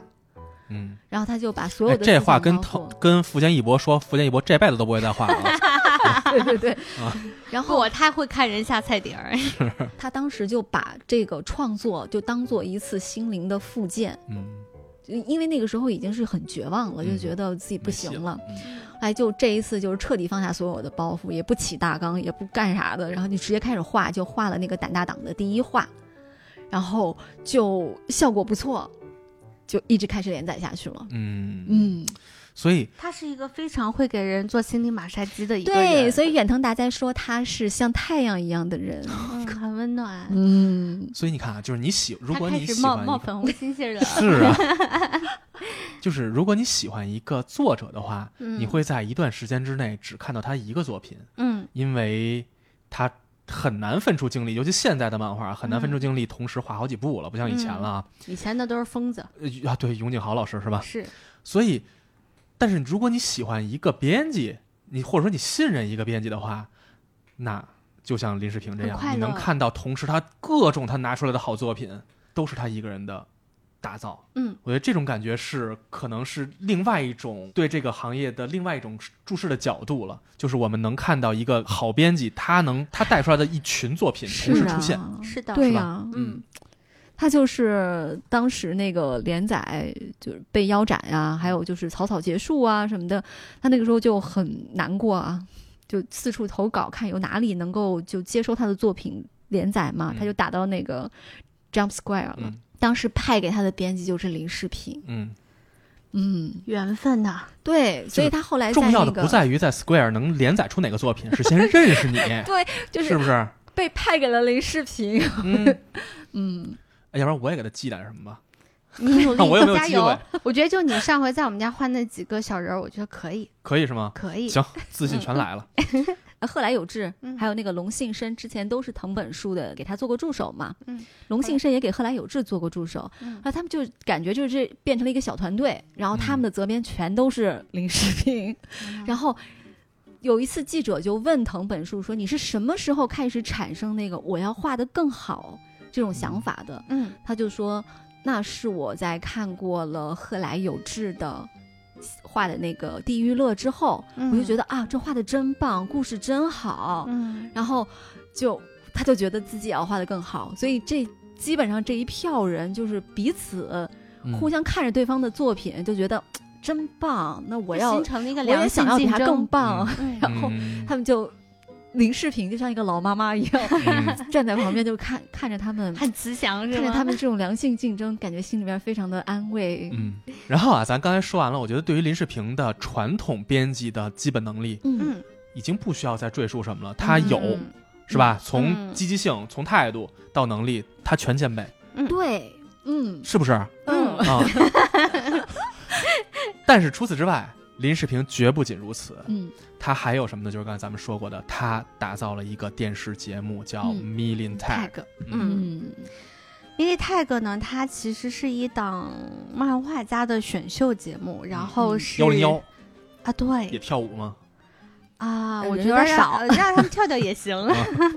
C: 嗯”，
D: 然后他就把所
C: 哎
D: 有的
C: 这
D: 事情
C: 话跟
D: 包括
C: 藤跟福建一博说，福建一博这辈子都不会再画了啊。
D: 对对 对
C: 啊。
D: 然后
B: 我太会看人下菜碟 儿，
D: 他当时就把这个创作就当做一次心灵的复健，
C: 嗯，
D: 就因为那个时候已经是很绝望了，
C: 嗯
D: 就觉得自己不行了。
C: 没戏了，
D: 哎，就这一次就是彻底放下所有的包袱，也不起大纲，也不干啥的，然后就直接开始画，就画了那个胆大党的第一画，然后就效果不错，就一直开始连载下去了。
C: 嗯嗯，
D: 嗯，
C: 所以
B: 他是一个非常会给人做心灵马杀鸡的一个人，
D: 对，所以远藤达哉说他是像太阳一样的人。
B: 嗯很温暖。
D: 嗯，
C: 所以你看啊，就是你喜，如
B: 他
C: 果
B: 开
C: 你
B: 始
C: 喜
B: 冒
C: 欢一
B: 冒
C: 个，
B: 粉红星星了
C: 是啊， 就是如果你喜欢一个作者的话，
B: 嗯
C: 你会在一段时间之内只看到他一个作品，
B: 嗯
C: 因为他很难分出精力，尤其现在的漫画很难
B: 嗯
C: 分出精力，同时画好几部了，不像以前了啊。
B: 以前的都是疯子，
C: 呃啊，对，永井豪老师是 吧？
B: 是
C: 所以，但是如果你喜欢一个编辑，你或者说你信任一个编辑的话，那就像林世平这
B: 很
C: 样
B: 快，乐
C: 你能看到同时他各种他拿出来的好作品，都是他一个人的打造。
B: 嗯，
C: 我觉得这种感觉是可能是另外一种对这个行业的另外一种注视的角度了，就是我们能看到一个好编辑，他能他带出来的一群作品同时
D: 啊
C: 出现。
B: 是的，
D: 对
C: 吧
D: 呀、
B: 嗯
D: 他就是当时那个连载就是被腰斩啊，还有就是草草结束啊什么的，他那个时候就很难过啊，就四处投稿，看有哪里能够就接收他的作品连载嘛，
C: 嗯
D: 他就打到那个 Jump Square 了。
C: 嗯
D: 当时派给他的编辑就是林世平，
C: 嗯，
D: 嗯，
B: 缘分呐，
D: 对，所以他后来在
C: 重要
D: 那
C: 的
D: 个
C: 不在于在 Square 能连载出哪个作品，是先 认识你，
D: 就是是
C: 不是？
D: 被派给了林世平，
C: 嗯，
D: 嗯，
C: 哎要不然我也给他寄点什么吧？
B: 你努力
C: 看我有没有
B: 加
C: 机
B: 油
C: 会。，
B: 我觉得就你上回在我们家画那几个小人儿，我觉得可以，
C: 可以是吗？
B: 可以。
C: 行，自信全来了。
D: 贺呃来有志，
B: 嗯
D: 还有那个龙信生，之前都是藤本树的给他做过助手嘛。
B: 嗯，
D: 龙信生也给贺来有志做过助手，
B: 嗯
D: 那他们就感觉就是这变成了一个小团队，然后他们的责编全都是林世平。
B: 嗯
D: 然后有一次记者就问藤本树说：“你是什么时候开始产生那个我要画得更好这种想法的？”
B: 嗯
D: 他就说：“那是我在看过了贺来有志的画的那个《地狱乐》之后，
B: 嗯
D: 我就觉得啊，这画的真棒，故事真好，
B: 嗯
D: 然后就他就觉得自己也要画的更好，所以这基本上这一票人就是彼此
C: 嗯
D: 互相看着对方的作品，就觉得嘖真棒，那我要
B: 形成了一个
D: 我
B: 良
D: 也
B: 性
D: 想要比
B: 竞
D: 他更
B: 争，
D: 棒，
B: 嗯
D: 然后
C: 嗯
D: 他们就。林世平就像一个老妈妈一样，
C: 嗯
D: 站在旁边就看看着他 们，看
B: 很慈祥是
D: 着
B: 吗？
D: 他们这种良性竞争，感觉心里边非常的安慰。
C: 嗯，然后啊，咱刚才说完了，我觉得对于林世平的传统编辑的基本能力，
D: 嗯
B: 嗯
C: 已经不需要再赘述什么了。他有、
B: 嗯
C: 是吧？
D: 嗯
C: 从积极性，从态度到能力，他全兼备，
D: 对，嗯
C: 是不 是啊？
B: 嗯
D: 嗯
C: 但是除此之外，林世平绝不仅如此，
D: 嗯
C: 他还有什么呢？就是刚才咱们说过的，他打造了一个电视节目叫《
D: 嗯
C: Million Tag》。
B: tag
C: 嗯
B: 嗯。
D: 嗯
B: 因为 tag 呢，它其实是一档漫画家的选秀节目，然后
D: 嗯
B: 是
C: 幺零幺
B: 啊，
C: 也
B: 对
C: 跳 舞吗？
B: 啊，我
D: 人
B: 觉
D: 嗯有
B: 得
D: 点
B: 让
D: 少
B: 让他们跳跳也行。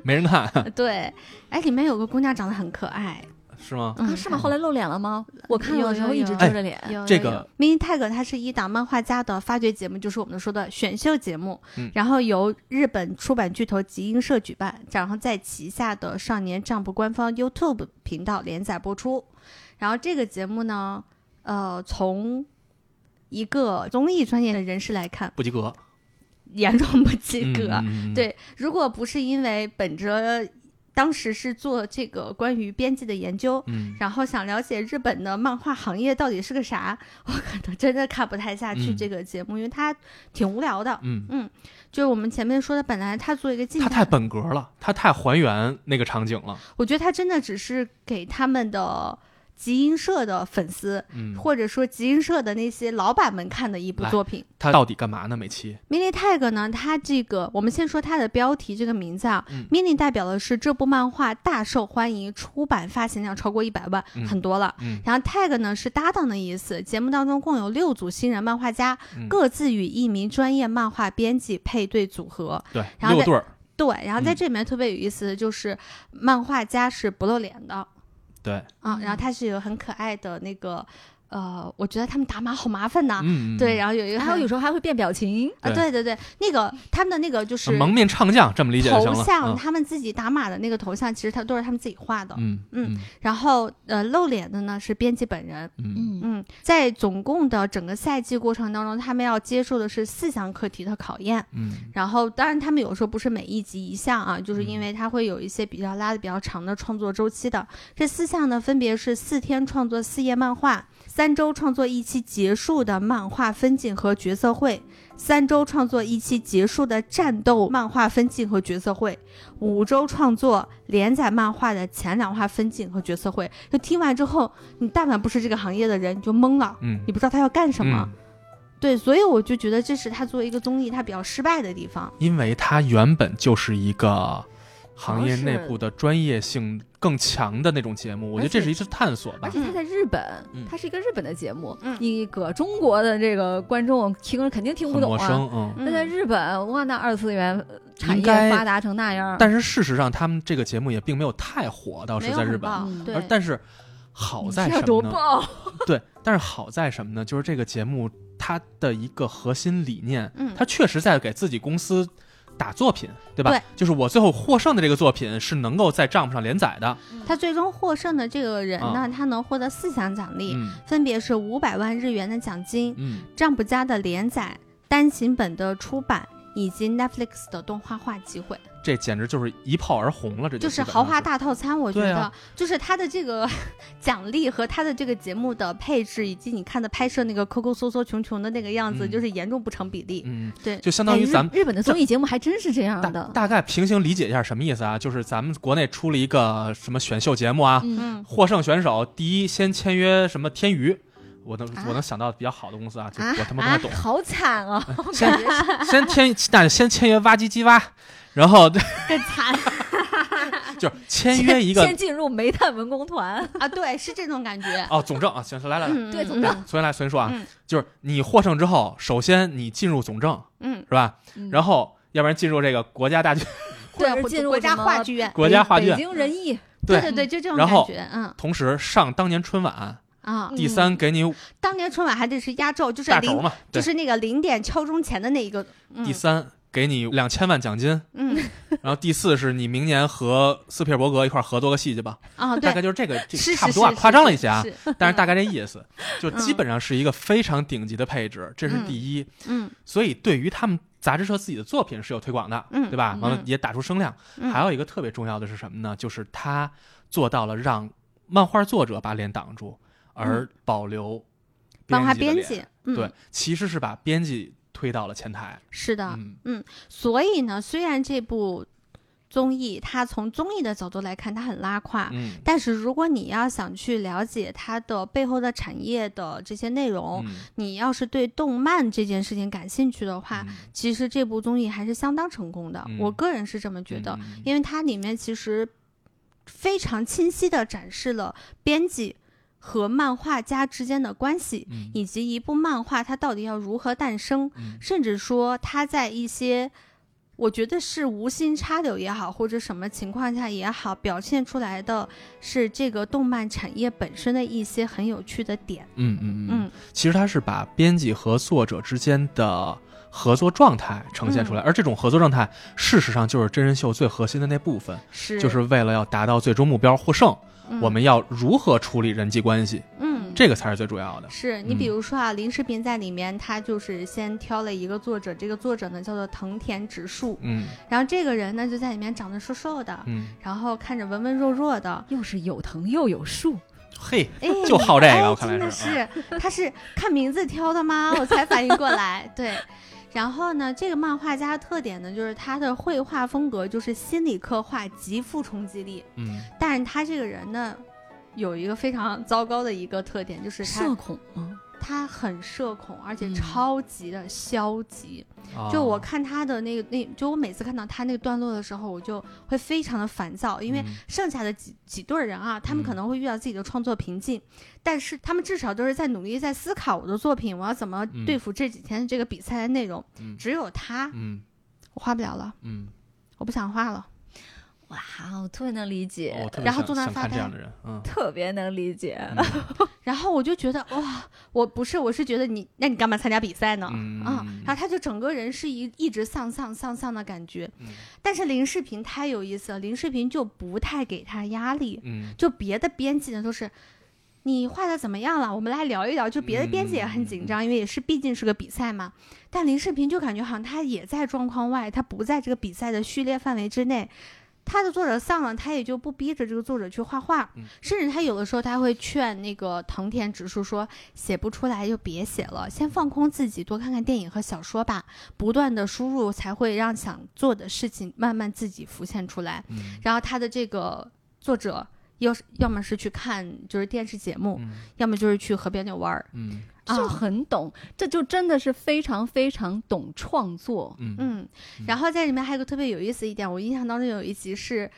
C: 没人看
B: 对，哎，里面有个姑娘长得很可爱，
C: 是吗？
D: 啊，
B: 嗯
D: 是吗？后来露脸了吗？我看
B: 有
D: 有时候
B: 有
D: 一直
B: 有
C: 哎
D: 遮着脸。
B: 有
C: 这
B: 有
C: 个
B: 有 mini tag 它是一档漫画家的发掘节目，就是我们说的选秀节目，
C: 嗯
B: 然后由日本出版巨头集英社举办，然后在旗下的少年丈夫官方 YouTube 频道连载播出。然后这个节目呢，呃，从一个综艺专业的人士来看，
C: 不及格，
B: 严重不及
C: 嗯
B: 格。
C: 嗯嗯
B: 对，如果不是因为本着当时是做这个关于编辑的研究，
C: 嗯，
B: 然后想了解日本的漫画行业到底是个啥， 我可能真的看不太下去
C: 嗯
B: 这个节目，因为它挺无聊的。
C: 嗯，
B: 就是我们前面说的，本来它做一个静
C: 他
B: 态
C: 太，本格了，他太还原那个场景了。
B: 我觉得它真的只是给他们的集英社的粉丝，
C: 嗯，
B: 或者说集英社的那些老板们看的一部
C: 来
B: 作品。
C: 他到底干嘛呢？每期
B: mini tag 呢，它这个我们先说它的标题这个名字啊、
C: 嗯
B: m i n i 代表的是这部漫画大受欢迎，出版发行量超过一百万，
C: 嗯
B: 很多了。
C: 嗯
B: 然后 tag 呢是搭档的意思，节目当中共有六组新人漫画家，
C: 嗯
B: 各自与一名专业漫画编辑配对组合。
C: 对
B: 然后
C: 六
B: 再
C: 对儿，
B: 对，然后在
C: 嗯
B: 这里面特别有意思的就是，漫画家是不露脸的
C: 对，
B: 啊，
D: 嗯
B: 然后他是有很可爱的那个。呃，我觉得他们打码好麻烦呐。
C: 嗯，嗯
B: 啊对，然后有一个
D: 还有有时候还会变表情，
B: 啊，对对对，那个他们的那个就是
C: 啊蒙面唱将这么理解就行
B: 头
C: 了。
B: 像，他们自己打码的那个头像，其实他都是他们自己画的。
C: 嗯嗯
B: 然后呃，露脸的呢是编辑本人。
C: 嗯
D: 嗯
B: 嗯，在总共的整个赛季过程当中，他们要接受的是四项课题的考验。
C: 嗯
B: 然后，当然他们有时候不是每一集一项啊，就是因
C: 嗯
B: 为它会有一些比较拉的比较长的创作周期的。这四项呢，分别是四天创作四页漫画，三周创作一期结束的漫画分镜和角色绘，三周创作一期结束的战斗漫画分镜和角色绘，五周创作连载漫画的前两话分镜和角色绘。就听完之后，你但凡不是这个行业的人，你就懵了，
C: 嗯
B: 你，不知道他要干什么。？对，所以我就觉得这是他作为一个综艺，他比较失败的地方。
C: 因为它原本就是一个行业
D: 主要
C: 内
D: 是
B: 哦
C: 部的专业性更强的那种节目，我觉得
D: 而且
C: 这是一次探索吧
D: 而。且它在日本
C: 嗯，
D: 它是一个日本的节目
B: 嗯，
D: 你搁中国的这个观众听肯定听不
C: 很
D: 懂
C: 陌
D: 啊。
C: 生，嗯。
D: 那在日本，哇，那二次元呃产
C: 应
D: 业
C: 该
D: 发达成那样儿，
C: 但是事实上，他们这个节目也并没有太火，倒
B: 没
C: 是
B: 有
C: 在日
B: 很
C: 本。
B: 爆
D: 嗯
B: 对
C: 而，但是好在
D: 你是要
C: 什
D: 多
C: 么呢？
D: 爆？
C: 对，但是好在什么呢？就是这个节目它的一个核心理念，
B: 嗯
C: 它确实在给自己公司打作品，对吧？
B: 对
C: 就是我最后获胜的这个作品是能够在 Jump 上连载的。
B: 他最终获胜的这个人呢，
C: 啊
B: 他能获得四项奖励，
C: 嗯
B: 分别是五百万日元的奖金、
C: 嗯，
B: 丈夫家的连载、单行本的出版。以及 Netflix 的动画化机会，
C: 这简直就是一炮而红了，这
B: 就是
C: 基本上
B: 豪华大套餐。我觉
C: 对
B: 得，
C: 啊
B: 就是他的这个 奖励和他的这个节目的配置，以及你看的拍摄那个抠抠搜搜、穷穷的那个样子，
C: 嗯
B: 就是严重不成比例。
C: 嗯，
B: 对
C: 就相当于
D: 哎日
C: 咱们。
D: 日本的综艺节目还真是这样
C: 大
D: 的，
C: 大概平行理解一下什么意思啊？就是咱们国内出了一个什么选秀节目啊，
D: 嗯，
B: 嗯，
C: 获胜选手第一先签约什么天娱，我能、
D: 啊
C: 我能想到比较好的公司啊，就
D: 啊
C: 我他妈不太懂。
D: 好惨
B: 哦
D: 啊！
C: 先 先签那先签约挖机机挖，然后
B: 更惨
C: 就是签约一个
D: 先进入煤炭文 工团，
B: 啊！对，是这种感觉。
C: 哦总政 啊，行，来来来，
B: 嗯，
D: 对
B: 嗯
D: 总之
B: 嗯
C: 重新来，重新说啊，
B: 嗯
C: 就是你获胜之后，首先你进入总政
B: 嗯，
C: 是吧？
D: 嗯
C: 然后要不然进入这个国家大剧
D: 或
B: 对，
D: 者进入
B: 国家
D: 什么
B: 话剧院，
C: 国家话剧
D: 北
C: 院，
D: 京人艺，
C: 对
B: 对对，就这种
C: 然
B: 感
C: 后
B: 觉，嗯
C: 同时上当年春晚
B: 啊。
C: 第三给你
B: 当年春晚还得是压轴，就是
C: 大
B: 零
C: 轴嘛，
B: 就
C: 对，
B: 是那个零点敲钟前的那一个。嗯
C: 第三给你两千万奖金，
B: 嗯
C: 然后第四是你明年和斯皮尔伯格一块儿合作个戏去吧，
B: 啊，
C: 大
B: 对
C: 概，就是这个，这
B: 是
C: 个
B: 是
C: 差不多啊，
B: 是
C: 夸张了一些啊，
B: 是，嗯
C: 但是大概这意 思，就基本上是一个非常顶级的配置，这是第一。
B: 嗯
C: 所以对于他们杂志社自己的作品是有推广的，
B: 嗯
C: 对吧？
D: 嗯
C: 完了也打出声量。
B: 嗯
C: 还有一个特别重要的是什么呢？就是他做到了让漫画作者把脸挡住，而保留
B: 嗯漫画
C: 辑的
B: 编
C: 脸。
B: 辑，嗯，
C: 对，，其实是把编辑推到了前台。
B: 是的。
C: 嗯
B: 所以呢，虽然这部综艺它从综艺的角度来看，它很拉胯。
C: 嗯
B: 但是如果你要想去了解它的背后的产业的这些内容，
C: 嗯
B: 你要是对动漫这件事情感兴趣的话，
C: 嗯
B: 其实这部综艺还是相当成功的。
C: 嗯
B: 我个人是这么觉得，
C: 嗯
B: 因为它里面其实非常清晰的展示了编辑和漫画家之间的关系，
C: 嗯
B: 以及一部漫画它到底要如何诞生，
C: 嗯
B: 甚至说它在一些。我觉得是无心插柳也好，或者什么情况下也好，表现出来的是这个动漫产业本身的一些很有趣的点。
C: 嗯嗯嗯
B: 嗯，
C: 其实它是把编辑和作者之间的合作状态呈现
B: 嗯
C: 出来，而这种合作状态，事实上就是真人秀最核心的那部分，
B: 是，
C: 就是为了要达到最终目标获胜，
B: 嗯
C: 我们要如何处理人际关系，
B: 嗯，
C: 这个才是最主要的。
B: 是你比
C: 嗯
B: 如说啊，林世平在里面，他就是先挑了一个作者，这个作者呢叫做藤田直树，
C: 嗯
B: 然后这个人呢就在里面长得瘦瘦的，
C: 嗯，
B: 然后看着文文弱弱 的，
D: 又是有藤又有树，
C: 嘿，
B: 哎，
C: 就好这个，
B: 哎
C: 我看
B: 真
C: 来嗯
B: 的是，他是看名字挑的吗？我才反应过来， 对。然后呢，这个漫画家的特点呢，就是他的绘画风格就是心理刻画极富冲击力，
C: 嗯
B: 但是他这个人呢，有一个非常糟糕的一个特点，就是他
D: 社恐吗？
B: 他很社恐，而且
D: 嗯
B: 超级的消极。
C: 啊
B: 就我看他的那个那，就我每次看到他那个段落的时候，我就会非常的烦躁，因为
C: 嗯
B: 剩下的几几对儿人啊，他们
C: 嗯
B: 可能会遇到自己的创作瓶颈，但是他们至少都是在努力在思考我的作品，我要怎么
C: 嗯
B: 对付这几天这个比赛的内容。
C: 嗯
B: 只有他，
C: 嗯
B: 我画不了了，
C: 嗯
B: 我不想画了。
D: 哇，哇，我特别能理解，
C: 哦我特别
B: 呃然后
C: 想
B: 坐那儿
C: 想
B: 发
C: 看这
B: 呆
C: 样的人， 嗯，
D: 特别能理解。
B: 然后我就觉得哇，我不是，我是觉得你，那你干嘛参加比赛呢？
C: 嗯
B: 啊，
C: 嗯
B: 然后他就整个人是一一直丧丧丧丧的感觉，
C: 嗯
B: 但是林世平太有意思了，林世平就不太给他压力，
C: 嗯
B: 就别的编辑呢都是，你画的怎么样了？我们来聊一聊。就别的编辑也很紧张，因为也是毕竟是个比赛嘛。但林世平就感觉好像他也在状况外，他不在这个比赛的序列范围之内。他的作者丧了，他也就不逼着这个作者去画画，
C: 嗯
B: 甚至他有的时候他会劝那个藤田直树说，写不出来就别写了，先放空自己，多看看电影和小说吧，不断的输入才会让想做的事情慢慢自己浮现出来。
C: 嗯
B: 然后他的这个作者要是要么是去看就是电视节目，
C: 嗯
B: 要么就是去河边遛弯儿。
C: 嗯
B: 啊
D: 就很懂，这就真的是非常非常懂创作。
C: 嗯嗯
B: 嗯，然后在里面还有个特别有意思一点，我印象当中有一集是，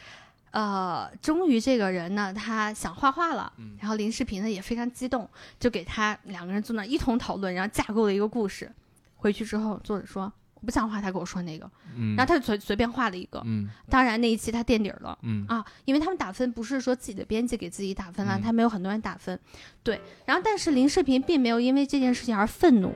B: 呃，终于这个人呢他想画画了，
C: 嗯
B: 然后林世平呢也非常激动，就给他两个人坐那儿一同讨论，然后架构了一个故事。回去之后，作者说我不想画他给我说那个，
C: 嗯，
B: 然后他就随随便画了一个，
C: 嗯
B: 当然那一期他垫底儿了。
C: 嗯
B: 啊，因为他们打分不是说自己的编辑给自己打分了，
C: 嗯
B: 他们有很多人打分，对。然后，但是林世平并没有因为这件事情而愤怒，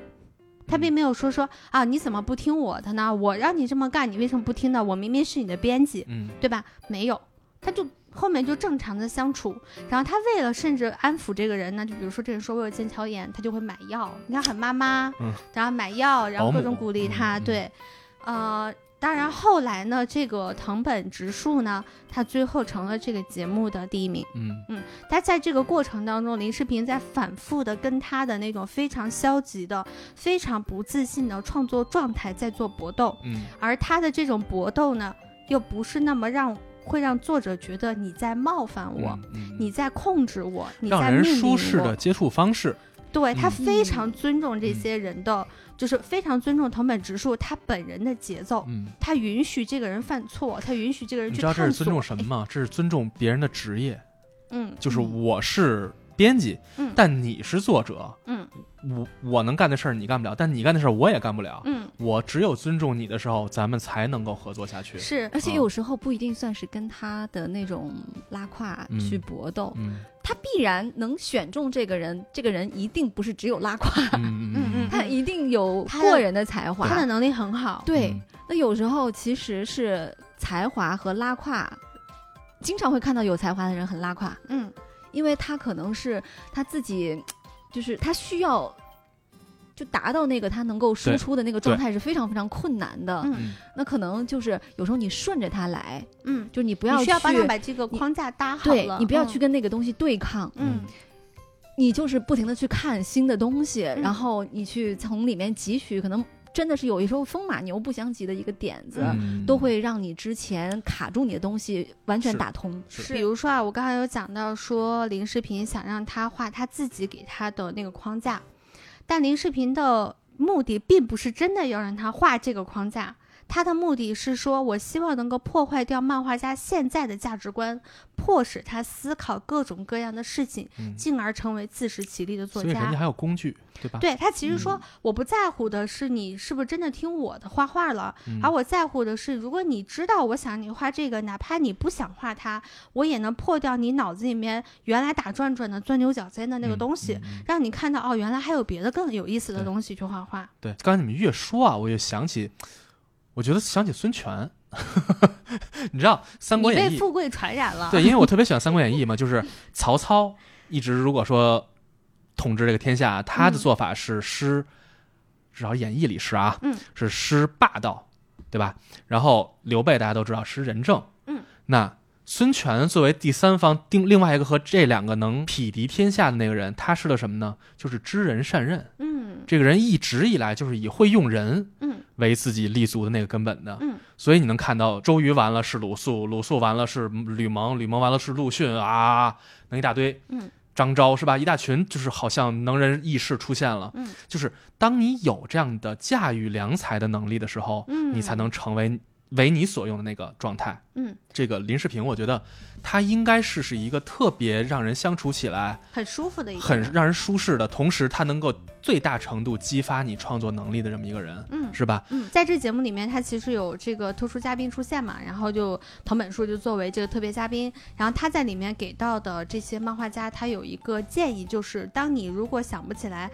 B: 他
C: 嗯
B: 并没有说说啊你怎么不听我的呢？我让你这么干，你为什么不听呢？我明明是你的编辑，
C: 嗯
B: 对吧？没有，他就后面就正常的相处。然后他为了甚至安抚这个人呢，就比如说这人说我有腱鞘炎，他就会买药，你看很妈妈，
C: 嗯
B: 然后买药，然后
C: 保姆
B: 各种鼓励他，
C: 嗯嗯
B: 对，呃。当然，后来呢，这个藤本直树呢，他最后成了这个节目的第一名。
C: 嗯
B: 他在这个过程当中，林世平在反复的跟他的那种非常消极的、非常不自信的创作状态在做搏斗。
C: 嗯
B: 而他的这种搏斗呢，又不是那么让会让作者觉得你在冒犯我，
C: 嗯
B: 你在控制我，你
C: 让
B: 在
C: 人
B: 命令
C: 舒适的
B: 我。
C: 接触方式，
B: 对他
C: 嗯
B: 非常尊重这些人的，就是非常尊重藤本直树他本人的节奏。
C: 嗯，
B: 他允许这个人犯错，他允许哦这个人
C: 你
B: 去
C: 知道
B: 探索。哎
C: 这是尊重什么吗？这是尊重别人的职业，
B: 嗯
C: 就是
D: 嗯
C: 我是编辑，
B: 嗯
C: 但你是作者，
B: 嗯
C: 我我能干的事儿你干不了，但你干的事儿我也干不了。
B: 嗯，
C: 我只有尊重你的时候，咱们才能够合作下去。
B: 是
D: 而且有时候不一定算是跟他的那种拉胯
C: 嗯
D: 去搏斗，
C: 嗯
D: 他必然能选中这个人，这个人一定不是只有拉胯，
C: 嗯
B: 嗯嗯
D: 他一定有
B: 他的
D: 过人的才华。
B: 他
C: 啊
B: 的嗯能力很好。
D: 对，
C: 嗯
D: 那有时候其实是才华和拉胯，经常会看到有才华的人很拉胯，
B: 嗯
D: 因为他可能是他自己，就是他需要。就达到那个他能够输
C: 对
D: 出的那个状态是非常非常困难的，
B: 嗯
C: 嗯
D: 那可能就是有时候你顺着他来，
B: 嗯，
D: 就是你不
B: 不
D: 要
B: 你
D: 去
B: 需要帮他把这个框架搭好
D: 对
B: 了，
D: 你不要
B: 嗯
D: 去跟那个东西对抗，
B: 嗯
D: 你就是不停的去看新的东西，
B: 嗯
D: 然后你去从里面汲取，可能真的是有一时候风马牛不相及的一个点子，
B: 啊
C: 嗯
D: 都会让你之前卡住你的东西完全
C: 是
D: 打通。
C: 是
B: 比如说啊，我刚才有讲到说林世平想让他画他自己给他的那个框架，但林世平的目的并不是真的要让他画这个框架，他的目的是说我希望能够破坏掉漫画家现在的价值观，迫使他思考各种各样的事情，
C: 嗯
B: 进而成为自食其力的作
C: 所以人家
B: 家。
C: 还有嗯工具，对吧？
B: 对他其实说，我不在乎的是你是不是真的听我的画画了，
C: 嗯，
B: 而我在乎的是，如果你知道我想你画这个，哪怕你不想画它，我也能破掉你脑子里面原来打转转的钻牛角尖的那个
C: 嗯
B: 东西，
C: 嗯嗯
B: 让你看到哦，原来还有别的更有意思的
C: 对
B: 东西去画画。
C: 对，刚才你们越说啊，我越想起，我觉得想起孙权， 你知道《三
B: 你
C: 国演
B: 被
C: 义》
B: 富贵传染了，
C: 对，因为我特别喜欢《三国演义》嘛，就是曹操一直如果说统治这个天下，
B: 嗯
C: 他的做法是施，至少演义里是啊，
B: 嗯
C: 是施霸道，对吧？然后刘备大家都知道施仁政，
B: 嗯，
C: 那孙权作为第三方，另另外一个和这两个能匹敌天下的那个人，他施了什么呢？就是知人善任。
B: 嗯
C: 这个人一直以来就是以会用人
B: 嗯
C: 为自己立足的那个根本的，
B: 嗯
C: 所以你能看到周瑜完了是鲁肃，鲁肃完了是吕蒙，吕蒙完了是陆逊啊，能一大堆，
B: 嗯，
C: 张昭是吧？一大群就是好像能人异士出现了，
B: 嗯，
C: 就是当你有这样的驾驭良才的能力的时候，
B: 嗯，
C: 你才能成为为你所用的那个状态。
B: 嗯，
C: 这个林世平，我觉得他应该是是一个特别让人相处起来
B: 很舒服的一个
C: 很
B: 人
C: 让人舒适的，同时他能够最大程度激发你创作能力的这么一个人，
B: 嗯
C: 是吧？
B: 嗯，在这节目里面，他其实有这个特殊嘉宾出现嘛，然后就藤本树就作为这个特别嘉宾，然后他在里面给到的这些漫画家，他有一个建议，就是当你如果想不起来。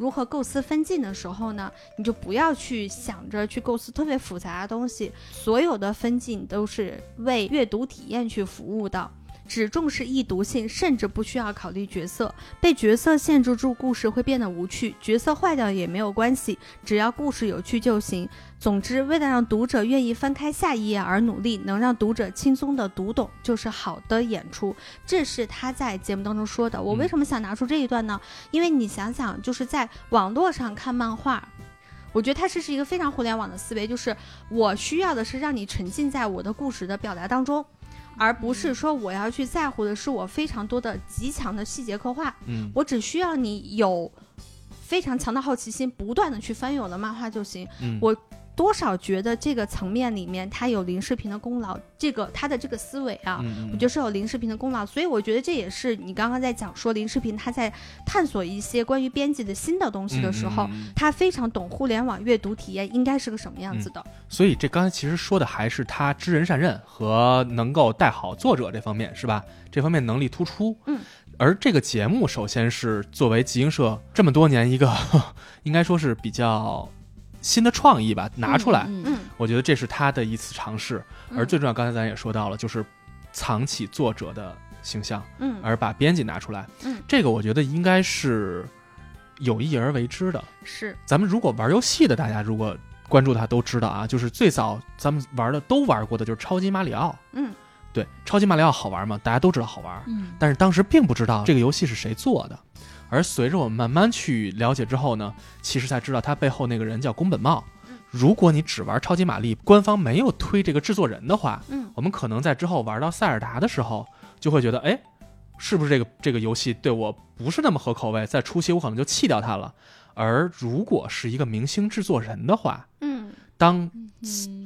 B: 如何构思分镜的时候呢？你就不要去想着去构思特别复杂的东西，所有的分镜都是为阅读体验去服务的，只重视易读性，甚至不需要考虑角色。被角色限制住故事会变得无趣，角色坏掉也没有关系，只要故事有趣就行。总之，为了让读者愿意翻开下一页而努力，能让读者轻松的读懂，就是好的演出。这是他在节目当中说的。我为什么想拿出这一段呢？因为你想想，就是在网络上看漫画。我觉得它这是一个非常互联网的思维，就是我需要的是让你沉浸在我的故事的表达当中，而不是说我要去在乎的是我非常多的极强的细节刻画。
C: 嗯，
B: 我只需要你有非常强的好奇心，不断的去翻阅我的漫画就行。
C: 嗯
B: 我多少觉得这个层面里面，他有林世平的功劳，这个他的这个思维啊。
C: 嗯嗯
B: 我觉得是有林世平的功劳，所以我觉得这也是你刚刚在讲说林世平他在探索一些关于编辑的新的东西的时候，
C: 嗯嗯嗯
B: 他非常懂互联网阅读体验应该是个什么样子的。
C: 所以这刚才其实说的还是他知人善任和能够带好作者这方面，是吧？这方面能力突出。
B: 嗯。
C: 而这个节目首先是作为集英社这么多年一个 应该说是比较新的创意吧，拿出来，
D: 嗯嗯
B: 嗯
C: 我觉得这是他的一次尝试。嗯而最重要，刚才咱也说到了，就是藏起作者的形象，
B: 嗯
C: 而把编辑拿出来。
B: 嗯
C: 这个我觉得应该是有意而为之的。
B: 是
C: 咱们如果玩游戏的，大家如果关注它都知道啊，就是最早咱们玩的都玩过的就是超级马里奥。
B: 嗯，
C: 对，超级马里奥好玩吗？大家都知道好玩，
D: 嗯
C: 但是当时并不知道这个游戏是谁做的。而随着我们慢慢去了解之后呢，其实才知道它背后那个人叫宫本茂。
B: 嗯
C: 如果你只玩超级玛丽，官方没有推这个制作人的话，
B: 嗯
C: 我们可能在之后玩到塞尔达的时候，就会觉得，哎，是不是这个这个游戏对我不是那么合口味？在初期我可能就弃掉它了。而如果是一个明星制作人的话，
B: 嗯
C: 当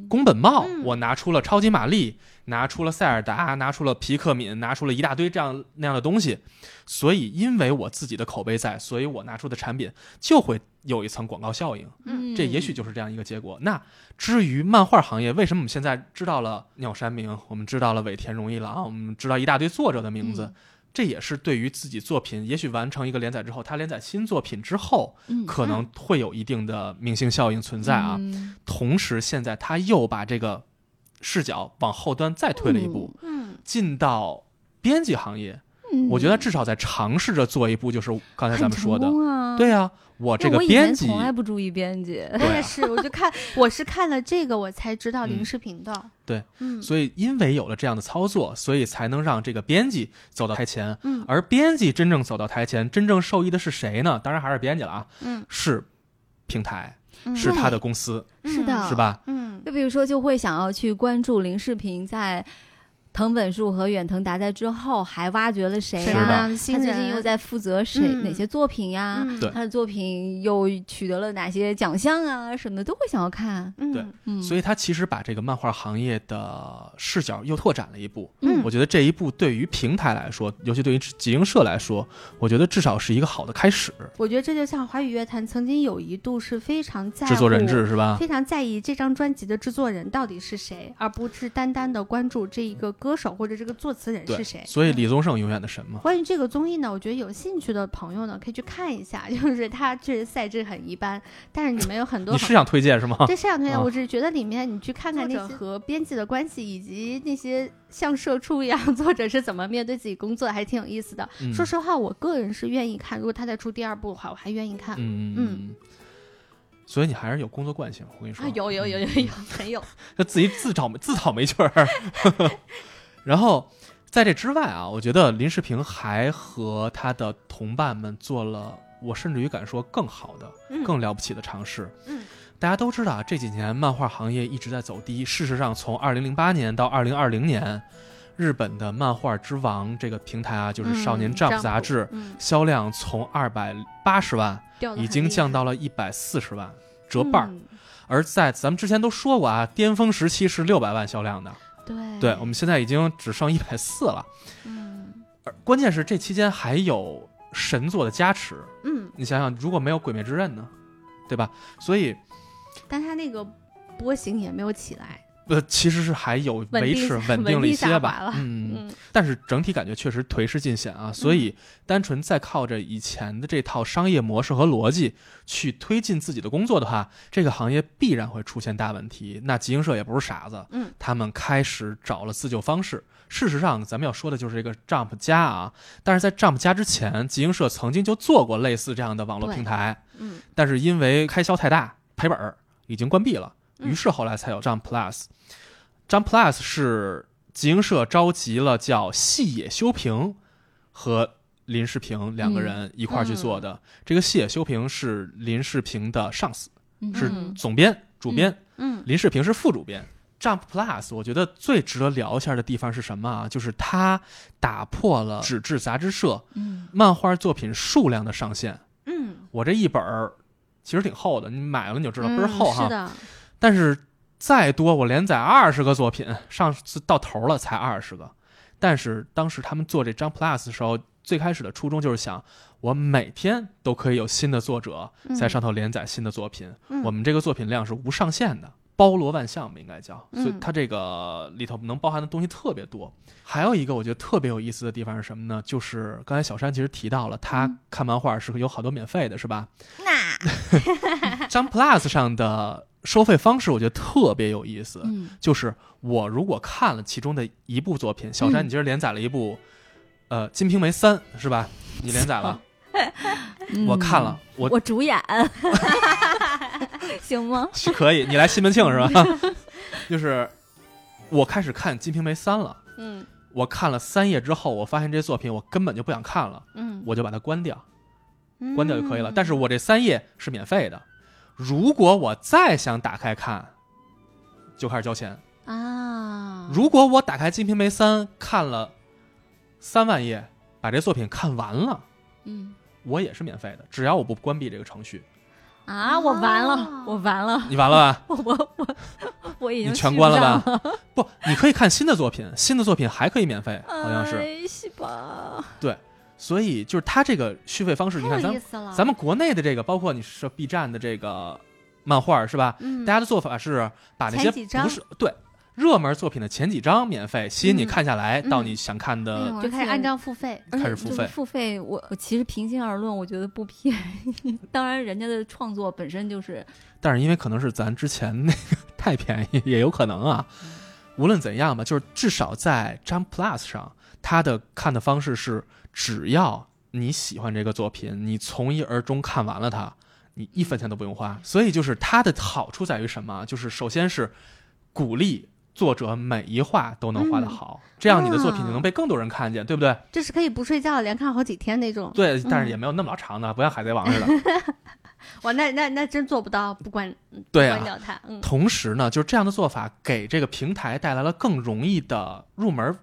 C: 宫本茂
B: 嗯，
C: 我拿出了超级玛丽，拿出了塞尔达，拿出了皮克敏，拿出了一大堆这样那样的东西，所以因为我自己的口碑在，所以我拿出的产品就会有一层广告效应。
B: 嗯
C: 这也许就是这样一个结果。那至于漫画行业，为什么我们现在知道了鸟山明，我们知道了尾田荣一郎，我们知道一大堆作者的名
D: 嗯
C: 字，这也是对于自己作品，也许完成一个连载之后，他连载新作品之后，
D: 嗯
C: 可能会有一定的明星效应存在啊。
D: 嗯
C: 同时，现在他又把这个视角往后端再推了一步，
B: 嗯
C: 进到编辑行业。
D: 嗯
C: 我觉得至少在尝试着做一步，就是刚才咱们说的，
D: 很成功啊，
C: 对啊，我这
D: 那
C: 个
D: 我以前
C: 编辑
D: 从来不注意编辑，
B: 我
C: 对啊
B: 也是，我就看，我是看了这个，我才知道林
C: 嗯
B: 世平的。
C: 对，
B: 嗯
C: 所以，因为有了这样的操作，所以才能让这个编辑走到台前。
B: 嗯
C: 而编辑真正走到台前，真正受益的是谁呢？当然还是编辑了啊，
B: 嗯，
C: 是平台，
B: 嗯
C: 是他的公司，
D: 是的，
C: 是吧？
B: 嗯
D: 就比如说，就会想要去关注林世平在藤本树和远藤达哉之后，还挖掘了谁
C: 是
B: 什么
D: 啊？
B: 样的
D: 他
B: 新
D: 最
B: 人？
D: 近又在负责谁、
B: 嗯
D: 哪些作品呀、
B: 嗯
C: 对
D: 他的作品又取得了哪些奖项啊？什么的都会想要看。
B: 嗯
C: 对
D: 嗯，
C: 所以他其实把这个漫画行业的视角又拓展了一步。
B: 嗯
C: 我觉得这一步对于平台来说，尤其对于集英社来说，我觉得至少是一个好的开始。
B: 我觉得这就像华语乐坛曾经有一度是非常在乎
C: 制作人制是吧？
B: 非常在意这张专辑的制作人到底是谁，而不是单单的关注这一个歌手或者这个作词人
C: 对
B: 是谁，。
C: 所以李宗盛永远的神嘛。
B: 关于这个综艺呢，我觉得有兴趣的朋友呢可以去看一下， 就是它确实赛制很一般，但是里面有很多
C: 你
B: 很
C: 是想推荐是 吗？
B: 这摄像头呀，
C: 啊
B: 我只是觉得里面你去看看
D: 作
B: 那
D: 者
B: 些和编辑的关系，以及那些像社畜一样 作者是怎么面对自己工作的，还挺有意思的。
C: 嗯
B: 说实话，我个人是愿意看，如果他再出第二部的话，我还愿意看。
C: 嗯嗯嗯。所以你还是有工作惯性，我跟你说。嗯
B: 啊，有有有有有，很有。
C: 就自己自找自讨没趣 儿。然后在这之外啊，我觉得林世平还和他的同伴们做了，我甚至于敢说更好的、
B: 嗯
C: 更了不起的尝试。
B: 嗯，
C: 大家都知道啊，这几年漫画行业一直在走低。事实上，从二零零八年到二零二零年，日本的漫画之王这个平台啊，就是《少年
B: 嗯
C: Jump》
B: Jump
C: 杂志，
B: 嗯，
C: 销量从二百八十万
B: 掉得
C: 已
B: 很
C: 经
B: 厉
C: 降
B: 害。
C: 到了一百四十万，折半儿。
B: 嗯
C: 而在咱们之前都说过啊，巅峰时期是六百万销量的，
B: 对
C: 对我们现在已经只剩一百四了。
B: 嗯
C: 而关键是这期间还有神作的加持，
B: 嗯，
C: 你想想，如果没有《鬼灭之刃》呢，对吧？所以
B: 但它那个波形也没有起来，
C: 呃，其实是还有
B: 稳
C: 维
B: 定
C: 持
B: 下
C: 稳
B: 稳
C: 定了一
B: 定下
C: 些
B: 滑
C: 吧
B: 了，
C: 嗯，
B: 嗯
C: 但是整体感觉确实颓势尽显啊，所以单纯再靠着以前的这套商业模式和逻辑去推进自己的工作的话，这个行业必然会出现大问题。那集英社也不是傻子，
B: 嗯，
C: 他们开始找了自救方式。事实上，咱们要说的就是这个 Jump 加啊，但是在 Jump 加之前，集英社曾经就做过类似这样的网络
B: 对
C: 平台，
B: 嗯
C: 但是因为开销太大，赔本儿，已经关闭了。
B: 嗯
C: 于是后来才有 Jump Plus。Jump Plus 是集英社召集了叫细野修平和林世平两个人
B: 嗯
C: 一块儿去做的。这个细野修平是林世平的上司，是
D: 嗯
C: 总编、主编；
B: 嗯
C: 林世平是副主编。Jump Plus，我觉得最值得聊一下的地方是什么啊？就是它打破了纸质杂志社
D: 嗯
C: 漫画作品数量的上限。
B: 嗯，
C: 我这一本儿其实挺厚的，你买了你就知道倍儿厚
B: 嗯
C: 哈。
B: 是的，
C: 但是再多，我连载二十个作品，上次到头了才二十个。但是当时他们做这张 Plus 的时候，最开始的初衷就是想，我每天都可以有新的作者
B: 嗯
C: 在上头连载新的作品，
B: 嗯
C: 我们这个作品量是无上限的，包罗万象吧，应该叫。
B: 嗯
C: 所以它这个里头能包含的东西特别多。还有一个我觉得特别有意思的地方是什么呢？就是刚才小山其实提到了，他
B: 嗯
C: 看漫画是有好多免费的，是吧？
B: 那
C: 张 Plus 上的收费方式，我觉得特别有意思。
D: 嗯
C: 就是我如果看了其中的一部作品，小山，
D: 嗯
C: 你今儿连载了一部，呃，《金瓶梅三》是吧？你连载了，
D: 嗯
C: 我看了，我
D: 我 主演， 行吗？
C: 可以，你来西门庆是 吧？就是我开始看《金瓶梅三》了，
B: 嗯
C: 我看了三页之后，我发现这作品我根本就不想看了，
B: 嗯，
C: 我就把它关掉，
D: 嗯
B: 我
C: 关掉就可以了。但是我这三页是免费的，如果我再想打开看，就开始交钱。
D: 啊，
C: 如果我打开《金瓶梅三》看了三万页，把这作品看完了，
D: 嗯
C: 我也是免费的，只要我不关闭这个程序。
D: 啊，我完
B: 啊
D: 了，我完了，
C: 你完了吧？
D: 我我我 我已
C: 你
D: 经
C: 全
D: 续
C: 关了
D: 不上
C: 吧？不，你可以看新的作品，新的作品还可以免费，好像是。
D: 哎，是吧？
C: 所以就是它这个续费方式，你
B: 太
C: 看咱
B: 有意
C: 们
B: 思了，
C: 咱们国内的这个，包括你说 B 站的这个漫画是吧？
B: 嗯
C: 大家的做法是把那些
B: 前几章
C: 不是对热门作品的前几章免费吸引你
B: 嗯
C: 看下来，
B: 嗯
C: 到你想看的、
B: 哎呦
D: 而
B: 就开始
D: 且
B: 按章付费，
C: 开始付
D: 就是
C: 费
D: 付费，我我其实平心而论，我觉得不便宜。 当然，人家的创作本身就是
C: 但是因为可能是咱之前那个太便宜，也有可能啊。无论怎样吧，就是至少在 Jump Plus 上，它的看的方式是，只要你喜欢这个作品，你从一而终看完了它，你一分钱都不用花。所以就是它的好处在于什么？就是首先是鼓励作者每一话都能画得好，这样你的作品就能被更多人看见，对不对？
B: 这是可以不睡觉连看好几天那种。
C: 对，但是也没有那么老长的，不像海贼王似的。
B: 哇，那那那真做不到，不关
C: 对啊
B: 关，掉它。嗯
C: 同时呢，就是这样的做法给这个平台带来了更容易的入门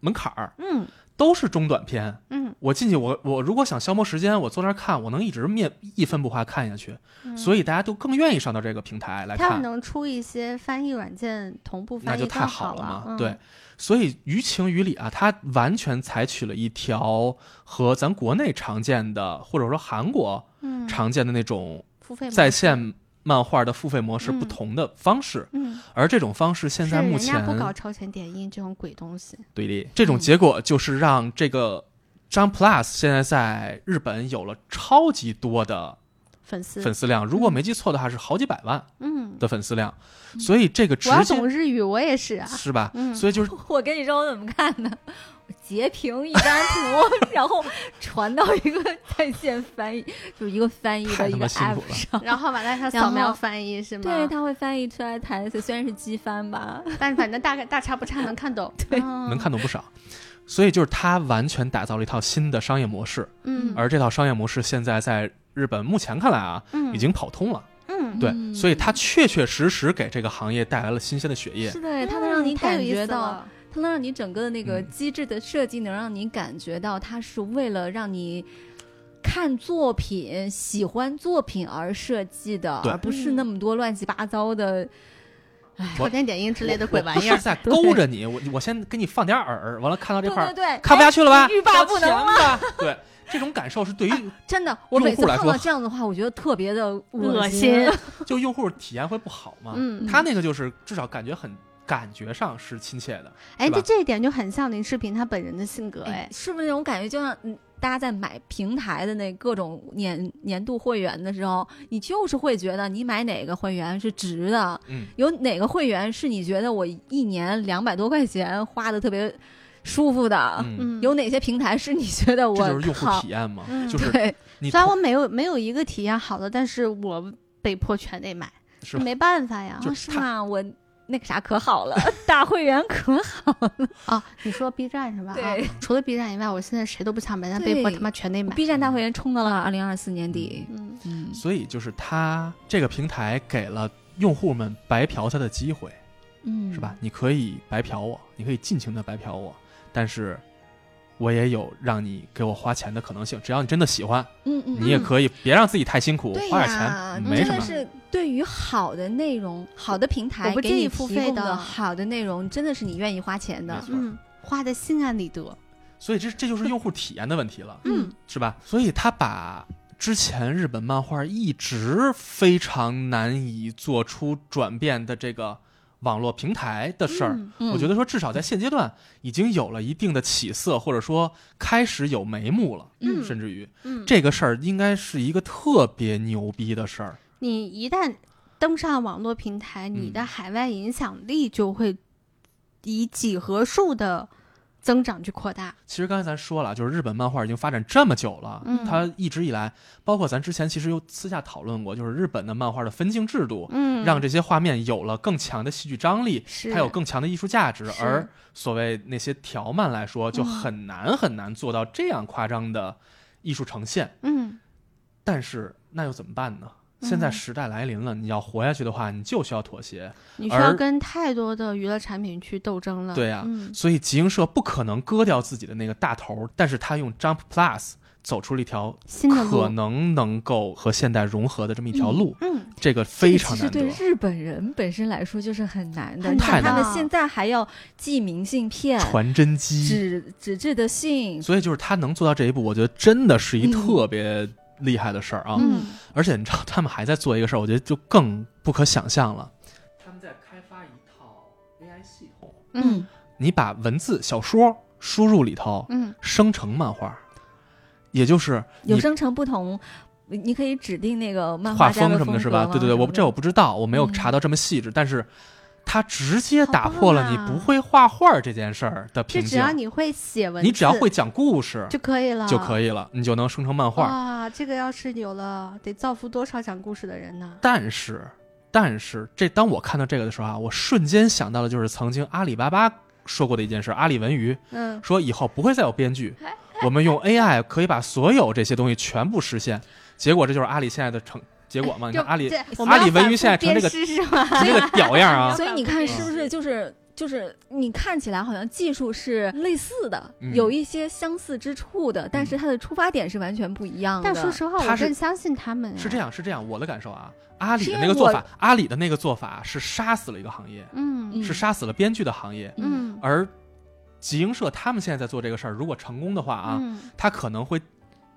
C: 门槛儿，
B: 嗯
C: 都是中短篇。
B: 嗯，
C: 我进去我，我如果想消磨时间，我坐那儿看，我能一直面一分不花看下去，
B: 嗯
C: 所以大家都更愿意上到这个平台来
B: 他们
C: 看，
B: 能出一些翻译软件同步
C: 那
B: 翻译，
C: 就
B: 更
C: 太
B: 好
C: 了嘛。
B: 嗯、
C: 对，，所以于情于理啊，它完全采取了一条和咱国内常见的，或者说韩国
B: 嗯，
C: 常见的那种
B: 付费模
C: 在
B: 式，
C: 线漫画的付费模式不
B: 嗯
C: 同的方式，
B: 嗯，
C: 而这种方式现在
B: 是
C: 目
B: 人家
C: 前
B: 不搞超前点映这种鬼东西。
C: 对立。这种结果就是让这个 Jump Plus 现在在日本有了超级多的
B: 粉丝，
C: 粉丝量，如果没记错的话是好几百万
B: 嗯，
C: 的粉丝量，所以这个直
B: 我要
C: 接
B: 懂日语，我也是啊。
C: 是吧？
B: 嗯
C: 所以就是
D: 我跟你说我怎么看的，我截屏一张图， 然后传到一个在线翻译，就是一个翻译
C: 太
D: 的
C: 他
D: 一
C: 妈
D: 个
C: 辛苦
D: app
C: 了
D: 上。
B: 然后把 它
D: 然
B: 扫描
D: 后
B: 翻译是吗？
D: 对，它会翻译出来台词，虽然是机翻吧。
B: 但反正大概大差不差，能看 懂。
D: 对
B: 嗯
C: 能看懂不少。所以就是它完全打造了一套新的商业模式，
B: 嗯，
C: 而这套商业模式现在在日本目前看来啊，
B: 嗯
C: 已经跑通了。
B: 嗯
C: 对，
D: 嗯
C: 所以它确确实实给这个行业带来了新鲜的血液。
D: 是的，
B: 嗯
D: 它能让你
B: 太有
D: 感
B: 意
D: 觉
B: 思
D: 到，
B: 了
D: 它能让你整个的那个
C: 嗯
D: 机制的设计，能让你感觉到它是为了让你看作品、喜欢作品而设计的，
C: 对嗯
D: 而不是那么多乱七八糟的。
B: 朝天点映之类的鬼玩意
C: 我不
B: 儿
C: 是。在勾着你，我我先给你放点饵，完了看到这
D: 对
C: 块
D: 对
C: 儿
D: 对，
C: 看不下去了
B: 哎
C: 吧？
D: 欲罢不能
C: 了。 对，这种感受是对于
D: 真的，我
C: 用
D: 每
C: 户
D: 次
C: 来
D: 碰到
C: 说
D: 这样的话，我觉得特别的
B: 恶
D: 心
B: 心。
C: 就用户体验会不好嘛。
B: 嗯，
C: 他那个就是至少感觉很感觉上是亲切的，
B: 哎，
C: 是吧
B: 这这一点就很像林世平他本人的性格，哎
D: 哎，，是不是那种感觉？就像嗯大家在买平台的那各种年年度会员的时候，你就是会觉得你买哪个会员是值的，
C: 嗯，
D: 有哪个会员是你觉得我一年两百多块钱花的特别舒服的，
C: 嗯，
B: 嗯，
D: 有哪些平台是你觉得啊我
C: 这就是用户
D: 靠
C: 体验嘛，
B: 嗯
C: 就是
D: 对
C: 你
B: 虽然我没有没有一个体验好的，但是我被迫全得买，
C: 是吧
B: 没办法呀
C: 就。
D: 啊是吗？我那个啥可好 了，大会员可好，
B: 啊，你说 B 站是吧？啊
D: 对，
B: 除了 B 站以外，我现在谁都不想买，但被迫他妈全得买。
D: B 站大会员冲到了二零二四年底，
B: 嗯，
D: 嗯，
C: 所以就是它这个平台给了用户们白嫖它的机会，
D: 嗯
C: 是吧？？你可以白嫖我，你可以尽情的白嫖我，但是我也有让你给我花钱的可能性。只要你真的喜欢，
D: 嗯嗯，
C: 你也
D: 嗯
C: 可以别让自己太辛苦，
D: 对
C: 花点
D: 呀
C: 钱
B: 嗯
C: 没
D: 真
C: 什
D: 的
C: 么。
D: 是对于好的内容、好的平台，
B: 我不
D: 给
B: 介
D: 你
B: 意付
D: 提
B: 费
D: 供
B: 的
D: 的好的内容，真的是你愿意花钱
C: 没
D: 的
C: 错。
B: 嗯，花的心安理得。
C: 所以这这就是用户体验的问题了，
B: 嗯，
C: 是吧？所以他把之前日本漫画一直非常难以做出转变的这个网络平台的事儿。
B: 嗯
C: 我觉
D: 得，
C: 得说，至少在现阶段已经有了一定的起色，或者说开始有眉目了，
B: 嗯
C: 甚至于
B: 嗯，
C: 这个事儿应该是一个特别牛逼的事儿。
B: 你一旦登上网络平台，你的
C: 嗯
B: 海外影响力就会以几何数的增长去扩大。
C: 其实刚才咱说了，就是日本漫画已经发展这么久了，
B: 嗯
C: 它一直以来，包括咱之前其实又私下讨论过，就是日本的漫画的分镜制度，
B: 嗯，
C: 让这些画面有了更强的戏剧张力，
B: 是
C: 它有更强的艺术价值。
B: 是
C: 而所谓那些条漫来说，就很难很难做到这样夸张的艺术呈现。
B: 嗯
C: 但是那又怎么办呢？现在时代来临了，你要活下去的话，你就需要妥协。
B: 你需要
C: 而
B: 跟太多的娱乐产品去斗争了。
C: 对呀
B: 嗯
C: 所以集英社不可能割掉自己的那个大头，但是他用 Jump Plus 走出了一条
B: 新的
C: 可
B: 路。
C: 能能够和现代融合的这么一条路，
B: 嗯，
C: 这个非
D: 其
C: 常
D: 实
C: 难得
D: 对。日本人本身来说就是很难的，
B: 很
D: 你看
C: 难
D: 他们
B: 的
D: 现在还要寄明信片、
C: 传真机，
D: 纸纸质的信，
C: 所以就是他能做到这一步，我觉得真的是一
D: 嗯
C: 特别厉害的事儿啊！
B: 嗯
C: 而且你知道他们还在做一个事儿，我觉得就更不可想象了。他们在开发一套 AI 系统，
B: 嗯
C: 你把文字小说输入里头，
B: 嗯
C: 生成漫画，也就是
D: 有
C: 你
D: 生成不同，你可以指定那个漫
C: 画
D: 家
C: 风
D: 的
C: 什么的，是吧？
D: 风格
C: 对对对，
D: 嘛
C: 我
D: 什么
C: 这我不知道，我没有
D: 嗯
C: 查到这么细致，但是它直接
B: 好
C: 打
B: 棒
C: 破了你
B: 啊
C: 不会画画这件事儿
B: 这
C: 的瓶
B: 只
C: 颈
B: 要。你会写文字，
C: 你只要会讲故事
B: 就哦可以了，
C: 就可以了，你就能生成漫画。
B: 哇，这个要是有了，得造福多少讲故事的人呢？
C: 但是，但是这当我看到这个的时候啊，我瞬间想到的就是曾经阿里巴巴说过的一件事，阿里文娱
B: 嗯，
C: 说以后不会再有编剧，
B: 哎
C: 我们用 AI 可以把所有这些东西全部实现。结果这就是阿里现在的成结果嘛？你
B: 就
C: 看阿里
B: 这
D: 我
B: 们
C: 阿里
B: 要
C: 文
B: 反
C: 娱
B: 复
C: 现在成
B: 鞭
C: 这个
B: 尸是吗？
C: 成这个屌样 啊！
D: 所以你看，是不
C: 嗯
D: 是就是就是你看起来好像技术是类似的，
C: 嗯
D: 有一些相似之处的，但是它的出发点是完全不一样的。
B: 但说实话，
C: 他
B: 我
C: 是
B: 更相信他们。
C: 是这
B: 样，
C: 样，是这样，我的感受啊，阿里
D: 是
C: 的
D: 因
C: 那
D: 为
C: 个做
D: 我
C: 法，阿里的那个做法是杀死了一个行业，
B: 嗯
D: 嗯
C: 是杀死了编剧的行业，
D: 嗯，
B: 嗯
C: 而集英社他们现在在做这个事儿，如果成功的话啊，
B: 嗯
C: 他可能会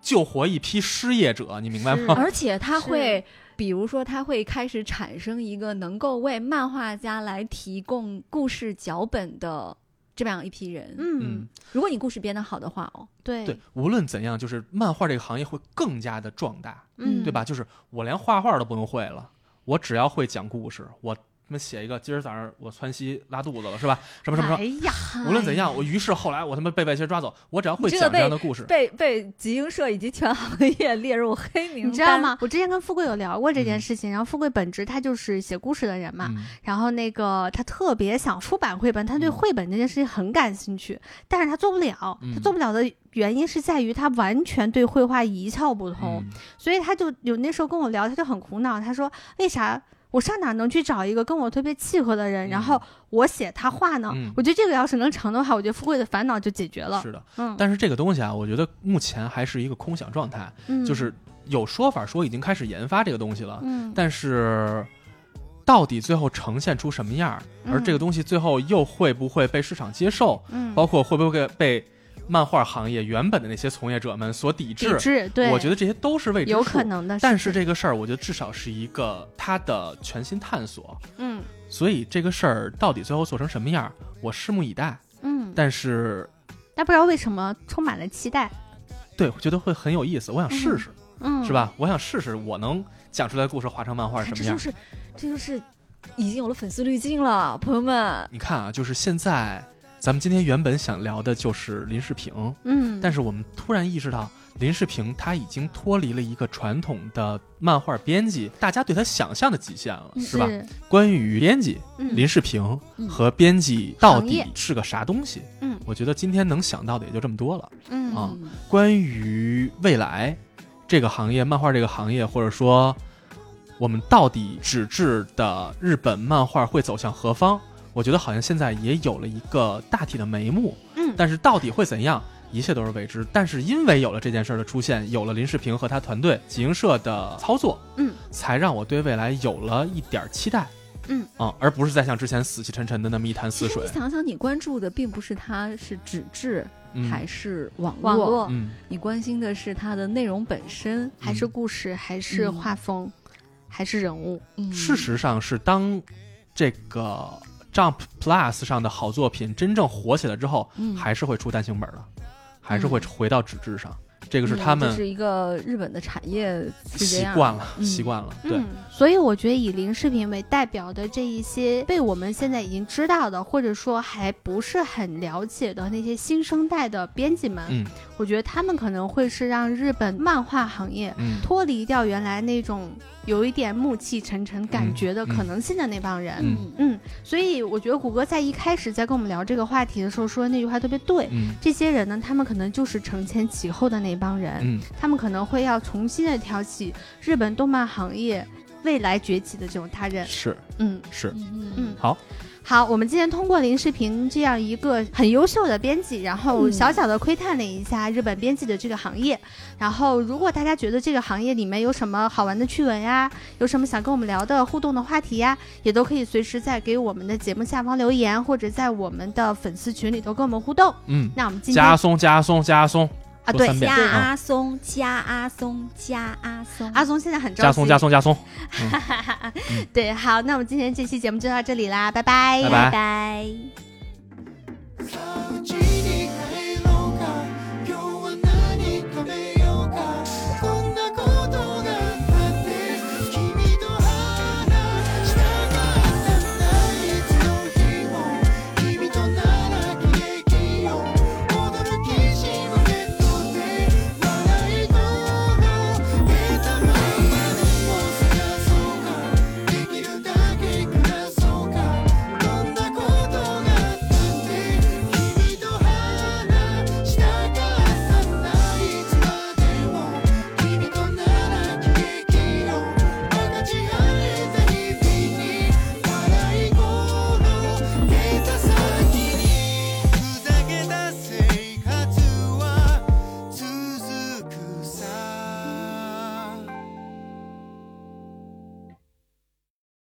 C: 救活一批失业者，你明白
B: 是
C: 吗？
D: 而且它
B: 是
D: 会。比如说，它会开始产生一个能够为漫画家来提供故事脚本的这么样一批人。
B: 嗯
C: 嗯，，
D: 如果你故事编得好的话，哦，
B: 对
C: 对，无论怎样，就是漫画这个行业会更加的壮大，
B: 嗯
C: 对吧？就是我连画画都不用会了，我只要会讲故事，我他妈写一个，今儿早上我窜稀拉肚子了，是吧？什么什么什么。
B: 哎呀，
C: 无论怎样，我于是后来我他妈被外星人抓走，我只要会
D: 你这
C: 讲
D: 个
C: 这样的故事，
D: 被被集英社以及全行业列入黑名
B: 你知道？吗？我之前跟富贵有聊过这件事情，然后富贵本职他就是写故事的人嘛，
C: 嗯
B: 然后那个他特别想出版绘本，他对
C: 嗯
B: 绘本这件事情很感兴趣，但是他做不了。他
C: 嗯
B: 做不了的原因是在于他完全对绘画一窍不通，
C: 嗯
B: 所以他就有那时候跟我聊，他就很苦恼，他说为啥？我上哪能去找一个跟我特别契合的人，然后我写他画呢？
C: 嗯
B: 我觉得这个要是能成的话，我觉得富贵的烦恼就解决了。
C: 是的，
B: 嗯，
C: 但是这个东西啊，我觉得目前还是一个空想状态，
B: 嗯
C: 就是有说法说已经开始研发这个东西了，
B: 嗯，
C: 但是到底最后呈现出什么样儿，而这个东西最后又会不会被市场接受，
B: 嗯
C: 包括会不会被漫画行业原本的那些从业者们所抵制
B: 抵，制，对，
C: 我觉得这些都是未知数。
B: 有可能的，
C: 但是这个事儿，我觉得至少是一个它的全新探索，
B: 嗯
C: 所以这个事儿到底最后做成什么样儿，我拭目以待。
B: 嗯，
C: 但是
B: 但不知道为什么充满了期待，
C: 对，我觉得会很有意思，我想试试，
B: 嗯，
C: 是？吧？我想试试我能讲出来的故事画成漫画是
D: 哎这
C: 什么样
D: 就
C: 儿。
D: 是，这就是已经有了粉丝滤镜了，朋友们。
C: 你看啊，就是现在，咱们今天原本想聊的就是林世平，
B: 嗯，
C: 但
B: 是
C: 是我们突然意识到，林世平他已经脱离了一个传统的漫画编辑，大家对他想象的极限了，是吧？关于编辑，
B: 嗯
C: 林世平
D: 嗯
C: 和编辑到
B: 行
C: 底
B: 业
C: 是个啥东西？
B: 嗯
C: 我觉得今天能想到的也就这么多了。
B: 嗯
C: 啊
D: 嗯
C: 关于未来这个行业，漫画这个行业，或者说我们到底纸质的日本漫画会走向何方，我觉得好像现在也有了一个大体的眉目。
B: 嗯
C: 但是到底会怎样，一切都是未知。但是因为有了这件事儿的出现，有了林世平和他团队集英社的操作，
B: 嗯，
C: 才让我对未来有了一点儿期待。
B: 嗯
C: 啊，而不是再像之前死气沉沉的那么一潭
D: 其
C: 死
D: 实
C: 水
D: 你。想想，你关注的并不是它是纸质
C: 嗯
D: 还是网
B: 网络、
C: 嗯，
D: 你关心的是它的内容本身。
B: 还是故事，还是
D: 嗯
B: 画风，还是人物，
D: 嗯
C: 事实上是当这个 Jump Plus 上的好作品真正火起来之后，
D: 嗯
C: 还是会出单行本的，还是会回到纸质上。这个是
D: 嗯
C: 他
D: 这
C: 们
D: 是一个日本的产业是这
C: 习
D: 样
C: 惯了，
D: 嗯
C: 习惯了。对，
B: 嗯，所以我觉得以零视频为代表的这一些被我们现在已经知道的，或者说还不是很了解的那些新生代的编辑们，
C: 嗯
B: 我觉得他们可能会是让日本漫画行业
C: 嗯
B: 脱离掉原来那种有一点暮气沉沉感觉的可能性的那帮人。
C: 嗯
B: 嗯，所以我觉得谷歌在一开始在跟我们聊这个话题的时候说的那句话特别对。
C: 嗯
B: 这些人呢，他们可能就是承前启后的那帮人，
C: 嗯，
B: 他们可能会要重新的挑起日本动漫行业未来崛起的这种大任。
C: 是
B: 嗯，
C: 是，
D: 嗯
B: 嗯
C: 好，
B: 好，我们今天通过林世平这样一个很优秀的编辑，然后
D: 嗯
B: 小小的窥探了一下日本编辑的这个行业。然后，如果大家觉得这个行业里面有什么好玩的趣闻呀，有什么想跟我们聊的互动的话题呀，也都可以随时在给我们的节目下方留言，或者在我们的粉丝群里头跟我们互动。
C: 嗯，
B: 那我们今天
C: 加松加松加松
B: 啊，
C: 说
B: 对
C: 三，遍
B: 加
D: 加
C: 啊
D: 阿松，加阿松，加阿松，
B: 阿松现在很着急。
C: 加松加松加松，
B: 对，好，那我们今天这期节目就到这里啦，拜
C: 拜
D: 拜拜。